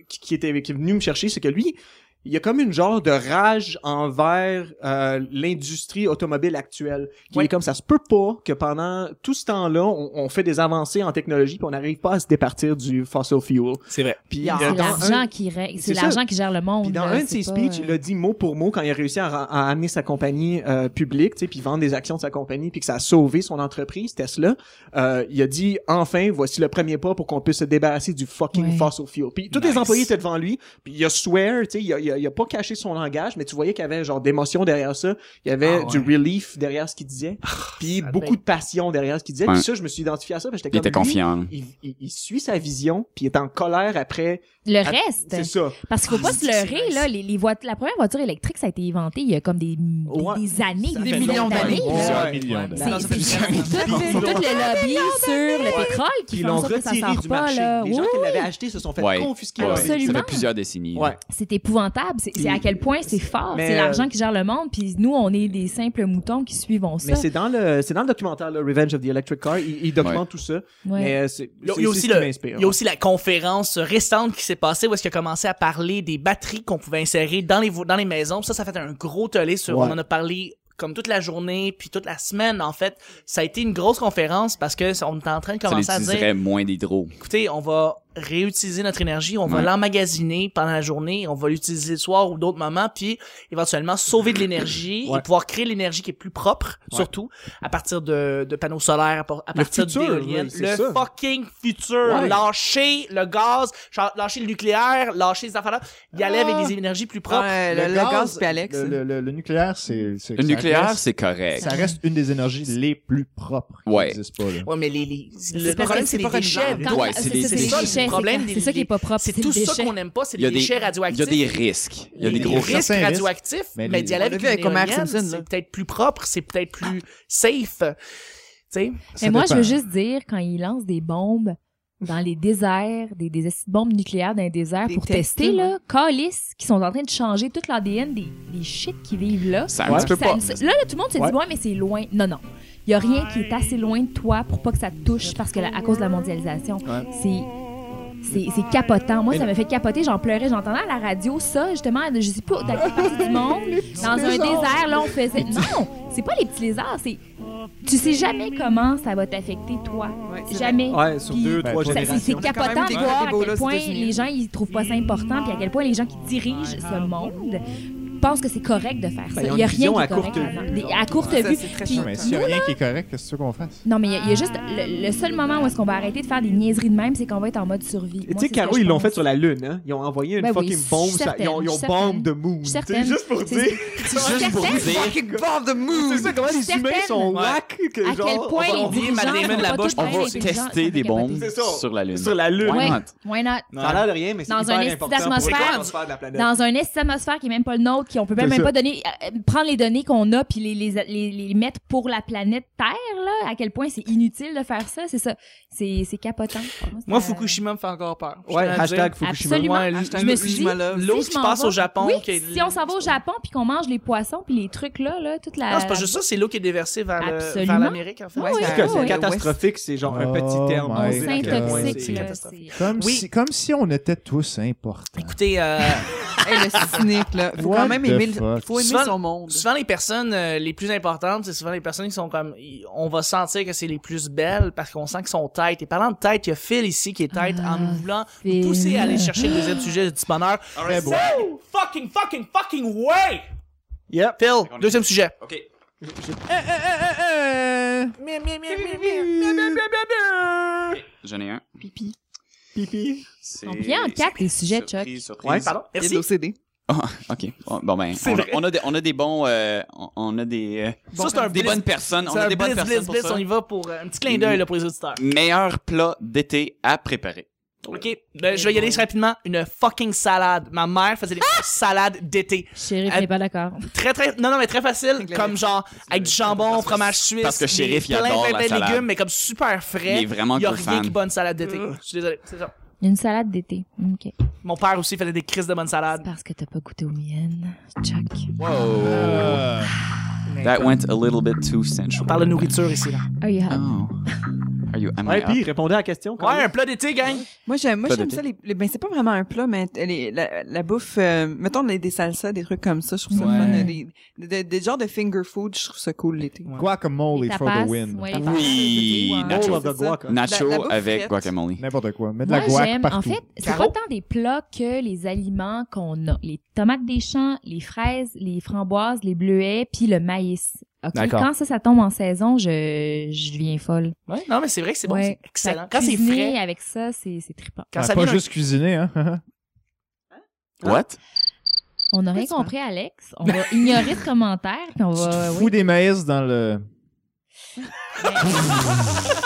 H: qui, qui était, qui est venu me chercher, c'est que lui, il y a comme une genre de rage envers euh, l'industrie automobile actuelle. Qui
B: Ouais.
H: est comme ça se peut pas que pendant tout ce temps-là, on, on fait des avancées en technologie puis on n'arrive pas à se départir du fossil fuel.
B: C'est vrai.
H: Puis
A: Non,
H: il y a
A: C'est
H: dans un-
A: l'argent qui règle- c'est
H: c'est ça.
A: l'argent qui gère le monde.
H: puis dans
A: là,
H: un de
A: c'est
H: ses
A: pas,
H: speeches, il
A: euh,
H: a dit mot pour mot quand il a réussi à, ra- à amener sa compagnie euh, publique, tu sais, puis vendre des actions de sa compagnie, puis que ça a sauvé son entreprise Tesla. Euh, il a dit enfin, voici le premier pas pour qu'on puisse se débarrasser du fucking
A: Ouais.
H: fossil fuel. Puis tous
E: Nice.
H: les employés étaient devant lui, puis il a swear, tu sais, il a, il a- il a pas caché son langage, mais tu voyais qu'il y avait genre d'émotion derrière ça, il y avait
B: Ah
H: du
B: ouais.
H: relief derrière ce qu'il disait,
A: Ah,
H: puis
B: ça
H: beaucoup de passion derrière ce qu'il disait.
E: Ouais.
H: Puis ça, je me suis identifié à ça, parce que
E: Il
H: j'étais
E: était
H: comme lui,
E: confiant.
H: Il, il- il suit sa vision, puis il est en colère après.
A: le
H: à- C'est
A: reste.
H: ça.
A: Parce qu'il faut
B: Ah,
A: pas se
B: c'est-
A: leurrer,
B: c'est-
A: là. Les, les voit- la première voiture électrique, ça a été inventé il y a comme des, des-
H: Ouais.
A: des années,
H: Ça
A: des
H: fait
A: millions
H: longtemps.
A: d'années.
H: Ouais.
A: là.
G: Plusieurs millions d'années.
A: C'est-
B: Non, ça
A: c'est-
B: fait plusieurs
A: c'est tout,
H: millions
A: c'est tout le lobby sur le pétrole qui
H: Puis ils
A: fait en
H: l'ont
A: sorte que ça
H: retiré
A: sort
H: du
A: pas,
H: marché.
A: là.
H: Les gens
A: Oui,
H: qui l'avaient acheté se sont fait
E: Ouais.
H: confisquer
E: Ouais.
H: leur
E: Ça
A: Absolument.
E: fait plusieurs décennies.
H: Ouais.
A: c'est épouvantable. C'est c'est à quel point c'est fort.
H: Mais,
A: C'est
H: euh,
A: l'argent qui gère le monde. Puis nous, on est des simples moutons qui suivons ça.
H: Mais c'est dans le c'est dans le documentaire le Revenge of the Electric Car, il, il documente tout ça.
A: Ouais.
H: Mais euh, c'est
B: Il y a-
H: c'est-
B: il y a
H: c'est
B: aussi
H: ce qui
B: le-
H: m'inspire.
B: Il y a aussi la conférence récente qui s'est passée où est-ce qu'il a commencé à parler des batteries qu'on pouvait insérer dans les, vo- dans les maisons. Ça, ça fait un gros tollé sur,
H: Ouais.
B: on en a parlé comme toute la journée, puis toute la semaine, en fait. Ça a été une grosse conférence parce que ça- on est en train de
E: Ça
B: commencer à dire,
E: l'utiliserait moins d'hydro.
B: écoutez, on va réutiliser notre énergie, on va
E: Ouais.
B: l'emmagasiner pendant la journée, on va l'utiliser le soir ou d'autres moments, puis éventuellement sauver de l'énergie
H: Ouais.
B: et pouvoir créer l'énergie qui est plus propre,
H: Ouais.
B: surtout à partir de, de panneaux solaires, à, par- à
H: Le
B: partir
H: futur,
B: d'éoliennes.
H: oui,
B: Le
H: c'est ça.
B: fucking futur.
H: Ouais.
B: Lâcher le gaz, cha- lâcher le nucléaire, lâcher ces affaires-là, y aller
F: Ah.
B: avec des énergies plus propres.
F: Ouais, euh, le, le gaz, puis Alex. hein.
G: Le, le- le- le nucléaire, c'est. c'est-
E: Le
G: ça
E: nucléaire,
G: reste-
E: c'est correct.
G: Ça reste une des énergies les plus propres qui
E: Ouais.
G: n'existent pas, là.
B: Ouais, mais les, les- le
A: C'est parce
B: problème,
A: que
B: c'est les
A: pas
B: déchets.
A: renouvelable. Quand-
E: Ouais,
A: ah,
E: c'est des-
A: ça,
E: c'est
A: les
B: le
E: ça,
A: déchets,
B: problème
A: c'est-
B: des-
A: C'est ça qui est pas propre.
B: C'est
A: le
B: tout ça
A: déchet.
B: qu'on n'aime pas, c'est
E: Il y
B: les
E: a des-
B: déchets
E: Il y
B: radioactifs.
E: a des risques. Il y a des
B: Les
E: gros risques.
B: risques
G: Certains risques.
B: radioactifs,
G: Mais
B: mais,
G: les-
B: d'y
F: On
B: aller
F: l'a
B: avec
F: vu avec
B: une
F: Homer
B: éolienne,
F: Simpson, là.
B: c'est peut-être plus propre, c'est peut-être plus safe. Tu sais,
G: Ça
A: Mais moi, je veux
G: dépend.
A: juste dire, quand ils lancent des bombes dans les déserts, des, des esti de bombes nucléaires dans les déserts
F: Des
A: pour
F: tests,
A: tester, là, calice, qui sont en train de changer tout l'ADN des, des shit qui vivent là.
E: Ça, un
H: Ouais.
E: petit peu
A: Ça-
E: pas.
A: ça- là, là, tout le monde se
H: Ouais.
A: dit, ouais, mais c'est loin. Non, non. Il y a rien qui est assez loin de toi pour pas que ça te touche parce que la- à cause de la mondialisation,
G: Ouais.
A: c'est c'est c'est capotant. Moi, ça m'a fait capoter. J'en pleurais. J'entendais à la radio ça, justement, de- je sais pas,
H: Ah!
A: dans quelle partie du monde, dans un désert, là, on faisait. Non, c'est pas les petits lézards, c'est Tu sais jamais comment ça va t'affecter, toi.
F: Ouais, c'est
A: Jamais.
H: Ouais, sur
A: Puis-
H: deux,
G: Ben,
H: trois
G: ça,
A: Ça, c'est- C'est
H: générations.
F: quand même
A: capotant
F: des
A: de voir à
F: gros
A: quel
F: Ebola aux
A: point
F: États-Unis.
A: les gens ils trouvent pas ça important, puis à quel point les gens qui dirigent ce monde pensent que c'est correct de faire ça.
H: Ben, ils ont
A: Il y a
H: une
A: rien
H: vision
A: qui
H: à
A: est
H: courte
A: correct.
H: vue,
A: là-dedans. Des-
H: là.
A: à courte
F: Ça,
A: vue.
F: c'est très
A: Puis
F: choquant.
G: Mais s'il y a rien qui est correct, qu'est-ce que tu veux qu'on fasse?
A: Non, mais il y a- il y, a juste le, le seul moment où est-ce qu'on va arrêter de faire des niaiseries de même, c'est qu'on va être en mode survie. Moi,
H: Et tu sais,
A: c'est ce que
H: Caro,
A: je
H: ils l'ont
A: pense.
H: fait sur la Lune, hein. Ils ont envoyé une
A: Ben oui,
H: fucking
A: je suis
H: bombe, ça- ils ont,
A: certaine,
H: ils ont
A: je suis
H: bombe
A: certaine.
H: de moon.
A: Je suis
H: tu sais,
A: certaine.
H: Juste pour
A: C'est-
H: dire.
A: Je suis
B: Juste pour
A: certaine
B: dire.
F: Fucking bomb the
H: C'est
F: moon!
H: ça, comment les
A: Certaine.
H: humains sont
B: Ouais.
H: whack. que
A: à
H: genre,
A: quel
H: on
A: point
H: va-
A: les
B: envoyer
A: dirigeants
B: Matt Damon
A: sont
B: la
A: pas
B: bosse.
A: tous
E: On
A: bien
E: va
A: intelligents, ça
E: tester
A: fait
E: des bombes
A: capoter.
H: C'est ça.
E: sur la Lune.
H: Sur la Lune.
E: Why
A: Ouais.
E: not?
A: Why not?
H: Ça a l'air de rien, mais c'est
A: Dans
H: hyper
A: un esti
H: important pour
A: d'atmosphère.
H: l'atmosphère de la planète.
A: Dans un esti d'atmosphère qui est même pas le nôtre, qui on peut même,
H: C'est
A: même
H: ça.
A: pas donner, euh, prendre les données qu'on a puis les, les, les, les mettre pour la planète Terre, là, à quel point c'est inutile de faire ça, c'est ça. C'est, c'est capotant.
B: Moi,
A: ça-
B: Fukushima me fait encore peur. Je
H: Ouais,
B: tiens à
H: hashtag
B: dire.
H: Fukushima.
A: Absolument.
B: Ouais,
A: je me suis dit,
F: Fukushima love.
B: l'eau
A: si
B: qui
A: je m'en
B: passe
A: vais-
B: au Japon.
A: Oui,
B: qui est-
A: si on s'en va au Japon puis qu'on mange les poissons puis les trucs là, là, toute la.
B: Non, Ah, c'est pas juste ça, c'est l'eau qui est déversée vers le- vers
A: Absolument.
B: l'Amérique, en fait.
A: Ouais,
H: C'est
A: Ah,
H: que c'est
A: ouais.
H: catastrophique, c'est genre un petit
G: Oh
H: terme.
G: my
A: On
G: Ouais,
A: s'intoxique,
B: c'est
A: là,
B: catastrophique.
A: c'est-
G: Comme,
B: Oui.
G: si, comme si on était tous importants.
B: Écoutez, euh,
F: Hey, le cynique, là. Faut
G: What
F: quand même aimer,
G: the
F: le-
G: fuck?
F: faut aimer
B: Souvent-
F: son monde.
B: souvent les personnes euh, les plus importantes, c'est souvent les personnes qui sont comme, y- on va sentir que c'est les plus belles parce qu'on sent qu'ils sont têtes. Et parlant de tête, il y a Phil ici qui est tête en nous voulant nous
A: Phil.
B: pousser à aller chercher le deuxième sujet du bonheur.
E: Très beau.
B: No fucking fucking fucking way!
H: Yep.
B: Phil, deuxième sujet.
E: OK. J'en ai un.
H: Pipi.
E: C'est-
A: On vient en quatre, les sujets,
E: surprise,
A: Chuck.
E: surprise.
B: Ouais, pardon.
F: Il y a de
B: Merci.
F: l'OCD.
E: OK. Bon, bon, ben,
B: C'est
E: on,
B: vrai.
E: on a des, on a des bons... euh, on, on a des... euh,
B: ça, c'est un
E: des
B: blitz-
E: bonnes personnes. On
B: C'est
E: a
B: un
E: des bonnes
B: blitz,
E: personnes
B: blitz,
E: pour
B: blitz.
E: ça.
B: On y va pour euh, un petit clin d'œil là, pour les auditeurs.
E: Meilleur plat d'été à préparer.
B: Ok, euh, je vais y aller rapidement. Une fucking salade. Ma mère faisait des
E: Ah!
B: salades d'été.
A: Chérie,
B: Euh,
A: t'es pas d'accord.
B: Très très, non non mais très facile,
F: Avec la-
B: comme genre avec du jambon, fromage suisse,
E: parce que
B: des-
E: Shérif, il
B: plein, plein,
E: adore la
B: plein de
E: salade.
B: légumes, mais comme super frais.
E: Il est vraiment
B: Il y a
E: gros
B: rien
E: fan.
B: qui bonne salade d'été. Je suis désolé, c'est ça.
A: Une salade d'été. OK.
B: Mon père aussi faisait des crises de bonne salade.
A: Parce que t'as pas goûté aux miennes. Chuck.
E: Wow.
B: Ah. Mais
E: That
B: comme-
E: went a little bit too
B: On
E: sensual.
B: parle de nourriture ici là.
A: Are you
G: Ah.
A: hot?
E: Oh. Are you... Am I
H: Ouais,
E: up?
H: puis répondez à la question. quand
B: Ouais,
H: même.
B: un plat d'été, gang.
F: Moi, j'aime, moi,
E: Plat
F: j'aime
E: d'été.
F: ça, les, les- ben, c'est pas vraiment un plat, mais t- les- la, la bouffe, euh, mettons, des, des salsas, des trucs comme ça, je trouve ça
G: Ouais.
F: fun. euh, Des, des, des genres de finger food, je trouve ça cool l'été.
G: Guacamole for the win.
A: ouais,
E: Oui,
F: Oh,
A: les
E: nacho.
A: tapas.
H: Bowl of the
F: c'est ça.
H: guaca.
E: Nacho
F: La- la bouffe
E: avec
F: frite.
E: guacamole.
G: N'importe quoi. Mets de
A: Moi,
G: la guac
A: j'aime-
G: partout.
A: En fait, c'est
B: Caro?
A: pas tant des plats que les aliments qu'on a. Les tomates des champs, les fraises, les framboises, les bleuets, puis le maïs. OK?
G: D'accord.
A: Quand ça, ça tombe en saison, je, je deviens folle.
B: Ouais, non mais c'est vrai que c'est bon,
A: Ouais.
B: c'est excellent.
A: Fait
B: Quand c'est
A: cuisiner
B: frais,
A: avec ça, Ah c'est c'est trippant.
B: quand
G: Ouais,
B: ça
G: pas
B: vient d'un-
G: juste cuisiner, hein.
E: What?
A: On n'a rien
F: Pourquoi
A: compris, Alex. On va ignorer ce commentaire, puis on
G: Tu
A: va...
G: te
A: oui.
G: fous des maïs dans le...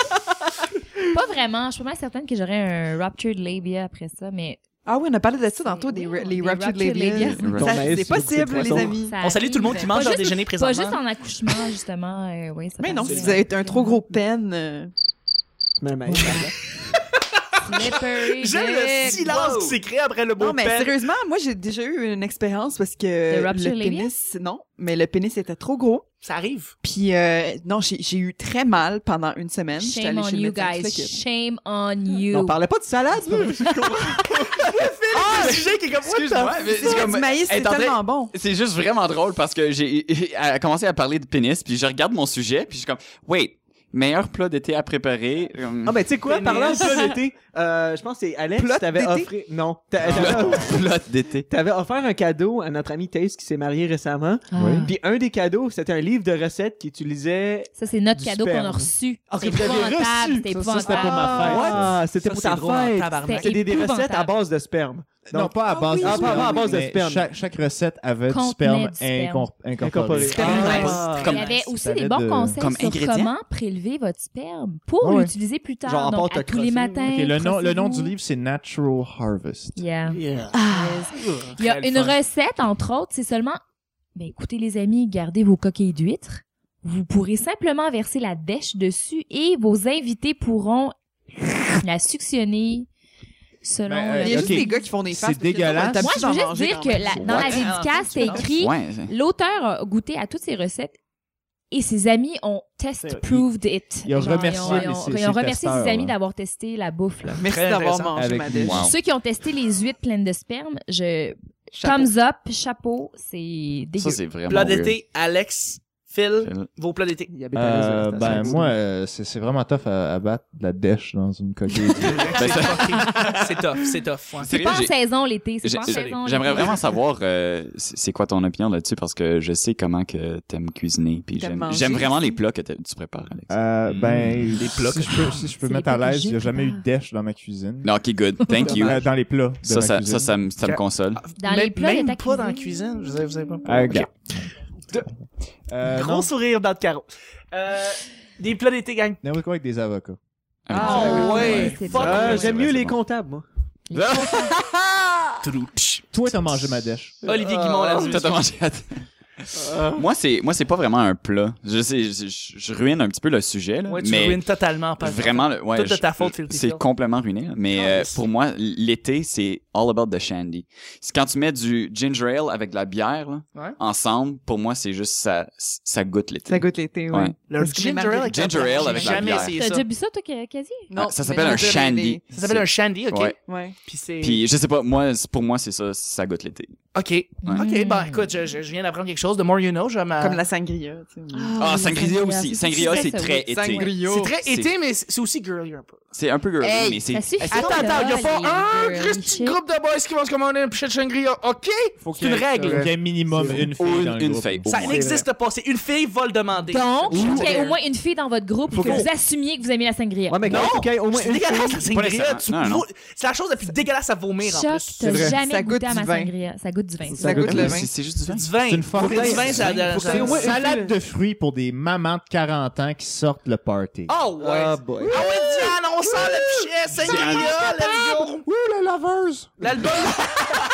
A: Pas vraiment. Je suis pas mal certaine que j'aurais un ruptured labia après ça, mais...
F: Ah oui, on a parlé de ça tantôt,
A: Oui,
F: des,
A: on-
F: ra-
A: des
F: les ruptured
A: ruptured
F: labias.
A: labias.
E: Ton
F: Ça, C'est
H: maïs, c'est beaucoup de
F: possible, les
H: poissons.
F: amis.
A: ça
B: on salue tout le monde qui
A: arrive.
B: mange
A: Pas
B: leur
A: juste-
B: déjeuner
A: Pas
B: présentement.
A: juste en accouchement, justement. euh, oui, ça
F: Mais non, si
A: passe.
F: vous avez un trop gros peine, euh,
H: Mais, mais,
A: Slippery
B: J'aime le
A: dick.
B: silence qui s'écrit après le
F: Non,
B: mot
F: mais
B: pelle.
F: sérieusement, moi, j'ai déjà eu une expérience parce que
A: De rupture
F: le
A: labia?
F: pénis, non, mais le pénis était trop gros.
B: Ça arrive.
F: Puis, euh, non, j'ai j'ai eu très mal pendant une semaine. J'étais
A: Shame
F: allée
A: on
F: chez le
A: you
F: médecin, tout
A: guys.
F: ça, que-
A: Shame on you.
H: on parlait pas de salade, là.
B: Ah, le sujet qui est comme what the
E: Excuse-moi, mais c'est
F: C'est
E: comme-
F: du maïs,
E: Elle
F: c'est
E: est en train-
F: tellement bon.
E: C'est juste vraiment drôle parce que j'ai elle a commencé à parler de pénis, puis je regarde mon sujet, puis je suis comme, wait, meilleur plat d'été à préparer. hum,
H: Ah, ben, tu sais quoi,
B: Pénis.
H: parlant de plat d'été, euh, je pense que c'est Alex,
F: Plot
H: t'avais
F: d'été?
H: offert. Non, t'a-
E: plat,
H: t'avais-
A: ben,
E: plat d'été.
H: t'avais offert un cadeau à notre ami Taze qui s'est marié récemment.
A: Ah.
G: Oui.
H: Puis un des cadeaux, c'était un livre de recettes qui utilisait.
A: Ça, c'est notre
H: Du
A: cadeau
H: sperme.
A: qu'on a reçu.
H: Ah,
A: C'est
H: que vous avez
A: épouvantable.
H: reçu.
A: C'est
G: Ça, ça, c'était
A: épouvantable.
G: pour ma fête.
H: Ah, c'était
B: Ça,
H: pour
B: c'est
H: ta
B: drôle en
H: fête.
B: tabarnak.
H: C'est des, des
A: Épouvantable.
H: recetes à base de sperme.
G: Non,
H: Donc-
G: pas à base,
H: oui,
G: de,
H: oui,
G: sperme,
H: oui. à base de
G: mais
H: sperme.
G: Chaque, chaque recette avait du
A: Contenait
G: sperme,
A: du sperme.
G: incor- incorporé.
H: Incorporé.
E: Ah,
A: Il y avait aussi des
G: Salade de-
A: bons conseils
E: Comme
A: sur
E: ingrédient?
A: comment prélever votre sperme pour
G: Ouais, ouais.
A: l'utiliser plus tard.
H: Genre en
A: Donc,
H: pâte
A: à tous
H: crossée,
A: les
H: là.
A: matins.
G: Ok, le, nom, le nom du
A: crossez-vous.
G: livre, c'est Natural Harvest.
A: Yeah. Euh,
H: Yeah.
A: Il y a
B: Très
A: une
B: le fun.
A: recette, entre autres, c'est seulement, ben, écoutez les amis, gardez vos coquilles d'huîtres. Vous pourrez simplement verser la dèche dessus et vos invités pourront la suctionner selon...
G: Ben, euh,
A: le-
F: Il y a
G: Ok.
F: juste des gars qui font des
G: C'est
F: farces. parce que
G: dégueulasse.
F: sinon, t'as
A: Moi,
F: plus
A: je veux
F: d'en
A: juste
F: manger
A: dire
F: quand
A: que
F: même.
A: la- dans la
E: What?
G: ah,
A: dédicace, c'est écrit
E: Ouais.
A: l'auteur a goûté à toutes ses recettes et ses amis ont
G: C'est-
A: test proved it.
G: ils ont remercié
A: ils ont- ils ont-
G: les-
A: ils ont
G: ces
A: remercié
G: testeurs,
A: ses amis
G: là.
A: d'avoir testé la bouffe. là.
F: Merci
B: Très
F: d'avoir
B: intéressant.
F: mangé
G: Avec
F: ma
G: vous.
F: dèche.
E: Wow.
A: Ceux qui ont testé les huîtres pleines de sperme, je
F: Chapeau.
A: thumbs up, chapeau, c'est dégueu.
E: Ça, c'est vraiment.
B: Plat
E: weird. Ben,
B: d'été, Alex, Phil,
E: Phil.
B: vos plats d'été.
H: Il y a
G: Euh,
H: Bétanis,
G: ben,
H: c'est-
G: moi, euh, c'est c'est vraiment tough à, à battre de la dèche dans une coquille.
B: C'est fucking- c'est tough, c'est tough. ouais.
A: C'est
E: Sérieux,
A: pas en
E: j'ai-
A: saison l'été, c'est
E: J'ai-
A: pas en saison.
E: J'aimerais
A: l'été.
E: vraiment savoir euh, c'est c'est quoi ton opinion là-dessus parce que je sais comment que t'aimes cuisiner puis
F: T'aimes
E: j'aime
F: manger
E: j'aime vraiment
F: aussi.
E: les plats que t'a- tu prépares Alex.
G: euh, ben,
B: Des plats que
G: si je peux, si je peux
A: C'est hein?
G: mettre à
A: les plats que
G: l'aise, il n'y
A: j'ai
G: a jamais eu de
A: préparés.
G: dèche dans ma cuisine.
E: Non, ok good, thank you.
G: Euh, dans les plats. de
E: Ça
G: ma
E: ça,
G: cuisine.
E: ça ça me ça me console.
B: Ah,
A: Dans les
B: Même-
A: plats de
B: Même
A: ta
B: pas dans la
A: cuisine.
B: cuisine. Je sais, je sais pas.
G: Euh,
B: Ok.
G: gars.
B: De-
G: Euh,
B: Gros
G: non,
B: sourire dans le carreau. Euh, des plats d'été, gang.
G: n'importe quoi avec des avocats.
E: Ah,
A: Ah,
E: oui.
A: ouais,
E: Ouais.
A: c'est
B: Fuck.
A: bon.
H: Ah,
E: Ouais, c'est
H: J'aime mieux
E: vrai,
H: les
E: c'est bon.
H: comptables, moi.
B: Trouch.
G: Toi, t'as mangé ma dèche.
B: Euh, Olivier Guimond, la
E: T'as- t'as mangé à- Moi c'est moi c'est pas vraiment un plat. Je sais je, je- je ruine un petit peu le sujet là,
B: Ouais, tu
E: mais
B: ruines totalement. Pas
E: vraiment le- ouais,
B: Tout de
E: je-
B: ta faute, Phil
E: c'est
B: Tickle.
E: complètement ruiné là. mais
B: Ah,
E: euh,
B: mais c'est-
E: pour moi l'été c'est all about the shandy c'est quand tu mets du ginger ale avec de la bière là,
B: Ouais.
E: ensemble pour moi c'est juste ça ça goûte l'été
F: Ça goûte l'été, oui.
E: Ouais.
B: Le
F: Est-ce que les
B: ginger
F: marguerites-
B: ale avec la
E: Ginger ale
B: bière,
E: avec
B: j'ai
E: la
B: jamais
E: bière.
B: essayé
A: T'as
B: ça.
A: déjà bu ça, toi, quasi?
E: Ah, ça s'appelle
F: mais
E: un
F: je veux dire,
E: shandy
F: les-
B: Ça s'appelle un shandy, ok.
E: Ouais.
F: Ouais.
B: Puis c'est.
E: puis je sais pas moi c'est- pour moi c'est ça ça goûte l'été
B: Ok.
A: Mm.
B: Ok, bah écoute, je, je- je viens d'apprendre quelque chose. The more you know, je ma...
F: Comme la sangria, tu sais.
E: ah sangria aussi sangria c'est
A: ça,
E: très
A: oui.
E: été
B: C'est très
E: C'est-
B: été, mais c'est c'est aussi girly un peu.
E: c'est un peu girly mais c'est
A: ça suffit.
E: c'est-
B: Attends, attends, y a pas
A: les
B: un
A: girly
B: Christy
A: chick.
B: groupe de boys qui vont se commander une pochette sangria, ok?
G: Faut
B: qu'il y ait- une règle.
G: Faut qu'il y ait minimum
H: C'est-
G: une fille
E: Une-
G: dans le
E: une
G: groupe.
E: fille.
B: Ça
E: Ouais.
B: n'existe pas. C'est une fille va le demander.
A: Donc,
B: Ouh.
A: il y a au moins une fille dans votre groupe
H: Faut
A: que
H: qu'on-
A: vous assumiez que vous aimez la sangria.
H: Ouais, mais
B: Non!
H: quand- quand au moins
B: C'est
H: une
B: dégueulasse
H: fille-
B: la
E: Pas
B: sangria.
E: nécessairement.
B: tu-
E: Non, non.
B: faut- C'est la chose la plus dégueulasse à vomir en
A: Choc,
B: plus.
A: t'as
G: vrai.
A: jamais
F: Ça goûte
A: goûté à
F: du
A: ma
F: vin.
A: sangria. Ça goûte du vin.
F: Ça goûte le
E: Ah, Mais
F: vin.
E: c'est c'est juste du vin
B: Du vin.
G: C'est une
B: Faut que
G: fournaise.
B: du vin, ça.
H: Faut que
B: ça-
H: c'est au moins une
G: Salade de fruits pour des mamans de 40 ans qui sortent le party.
B: Oh, ouais.
H: Ah,
B: Ah,
H: boy.
B: ouais, Diane, on sent le pichet, sangria, let's go.
G: Ouh, la laveuse!
B: L'album.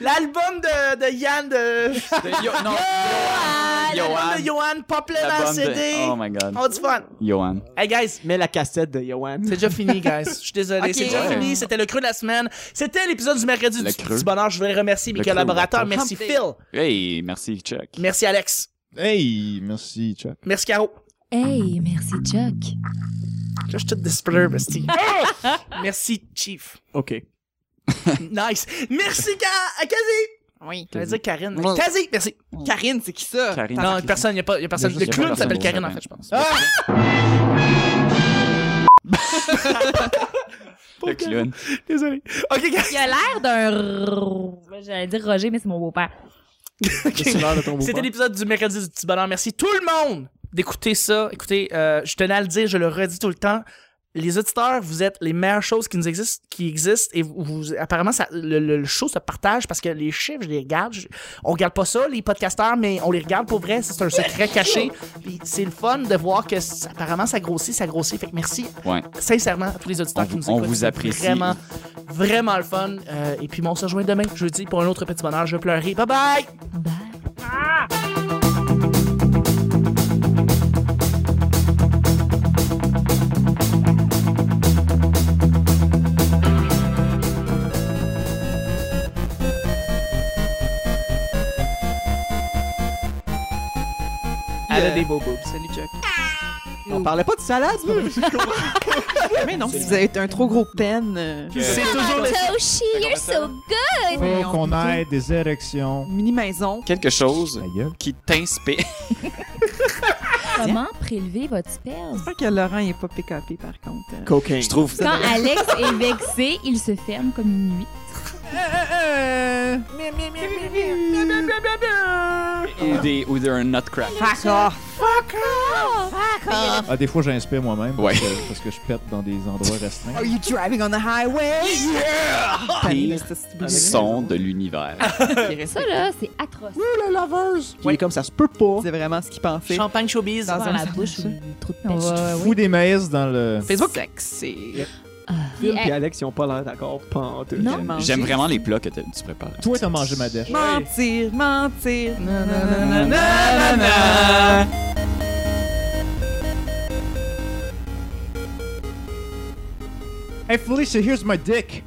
B: L'album de, de Yann de.
E: De- yo- non,
B: L'album de
E: Johan
B: Johan, pas plein
E: La
B: dans
E: bombe de-
B: CD.
E: oh my god
B: Oh, du fun.
E: Johan
B: Hey, guys.
H: Mets la cassette de Yoann.
B: C'est déjà fini, guys. Je suis désolé.
F: Ok.
B: C'est déjà
E: Ouais.
B: fini. C'était le creux de la semaine. C'était l'épisode du mercredi
E: Le
B: du
E: creux.
B: petit bonheur. Je voulais remercier mes
E: Le creux,
B: collaborateurs.
E: ouais.
B: Merci
F: Hump day.
B: Phil.
E: hey merci Chuck
B: Merci Alex.
G: Hey, merci, Chuck.
B: Merci Caro.
A: Hey, merci, Chuck.
B: Là, je suis tout display, bestie. Ah! Merci Chief.
H: OK.
B: Nice. Merci Ka- à Kazi.
F: Oui.
B: Je vais dire Karine.
F: Ouais.
B: Kazi, merci.
F: Karine, c'est qui ça?
E: Karine.
F: T'as-
B: Non, personne, il a pas, y a personne.
E: Il y
B: Le
E: a pas
B: clown
E: personne
B: s'appelle
E: qui
B: Karine, en fait,
E: s'appelle.
B: je pense.
E: le Ah! clown
B: Désolé. OK, guys.
A: Il a l'air d'un. J'allais dire Roger, mais c'est mon beau-père.
H: C'est l'heure de ton hein.
B: C'était
H: mouvement.
B: l'épisode du mercredi du petit bonheur. Merci tout le monde d'écouter ça. Écoutez, euh, je tenais à le dire, je le redis tout le temps. Les auditeurs, vous êtes les meilleures choses qui nous existent, qui existent et vous, vous- apparemment ça, le, le- le show se partage parce que les chiffres, je les regarde. Je- on regarde pas ça, les podcasteurs, mais on les regarde pour vrai. C'est un secret caché. Puis c'est le fun de voir que c- apparemment ça grossit, ça grossit. Fait que merci
E: ouais
B: sincèrement à tous les auditeurs
E: On
B: qui nous
E: vous- on
B: écoutent.
E: vous
B: C'est
E: apprécie.
B: Vraiment, vraiment le fun. Euh, et puis bon, on se rejoint demain, jeudi, pour un autre petit bonheur. Je vais pleurer. Bye bye!
A: Bye.
B: Elle a des beaux boobs.
F: Salut, Chuck.
H: On parlait pas de salade, mais-
F: Mais non, si vous avez un trop gros pen. euh,
B: C'est toujours le
A: Toshi, you're so good.
G: Faut qu'on ait des érections.
F: Mini-maison.
E: quelque chose
G: Ta gueule.
E: qui t'inspire
A: Comment prélever votre sperme?
F: J'espère que Laurent n'est pas PKP, par contre. euh.
H: Cocaine.
E: je trouve
A: Quand Alex est vexé, il se ferme comme une nuit.
E: euh, ou des ou d'un nutcrack
F: Fuck off!
G: Ah, des fois, j'inspire moi-même
E: Ouais.
G: parce, que, parce que je pète dans des endroits restreints.
F: Are you driving on the highway?
E: Pire
F: Yeah!
E: son de l'univers
A: Ça, là, c'est atroce.
H: Oui, comme ça se peut pas.
F: C'est vraiment ce qu'il pensait.
B: champagne showbiz.
F: Dans
A: Dans
F: un
A: la bouche ou trop de pêche.
G: On va- Fous des maïs dans le...
B: Facebook.
F: Sexy.
H: Phil
A: Et-
H: et Alex, ils ont pas l'air d'accord. Pantoute.
A: Non.
E: J'aime-
F: Manger.
E: j'aime vraiment les plats que t'as- tu prépares
G: Toi, t'as mangé ma dèche.
F: Mentir, mentir.
G: Hey, Felicia, here's my dick.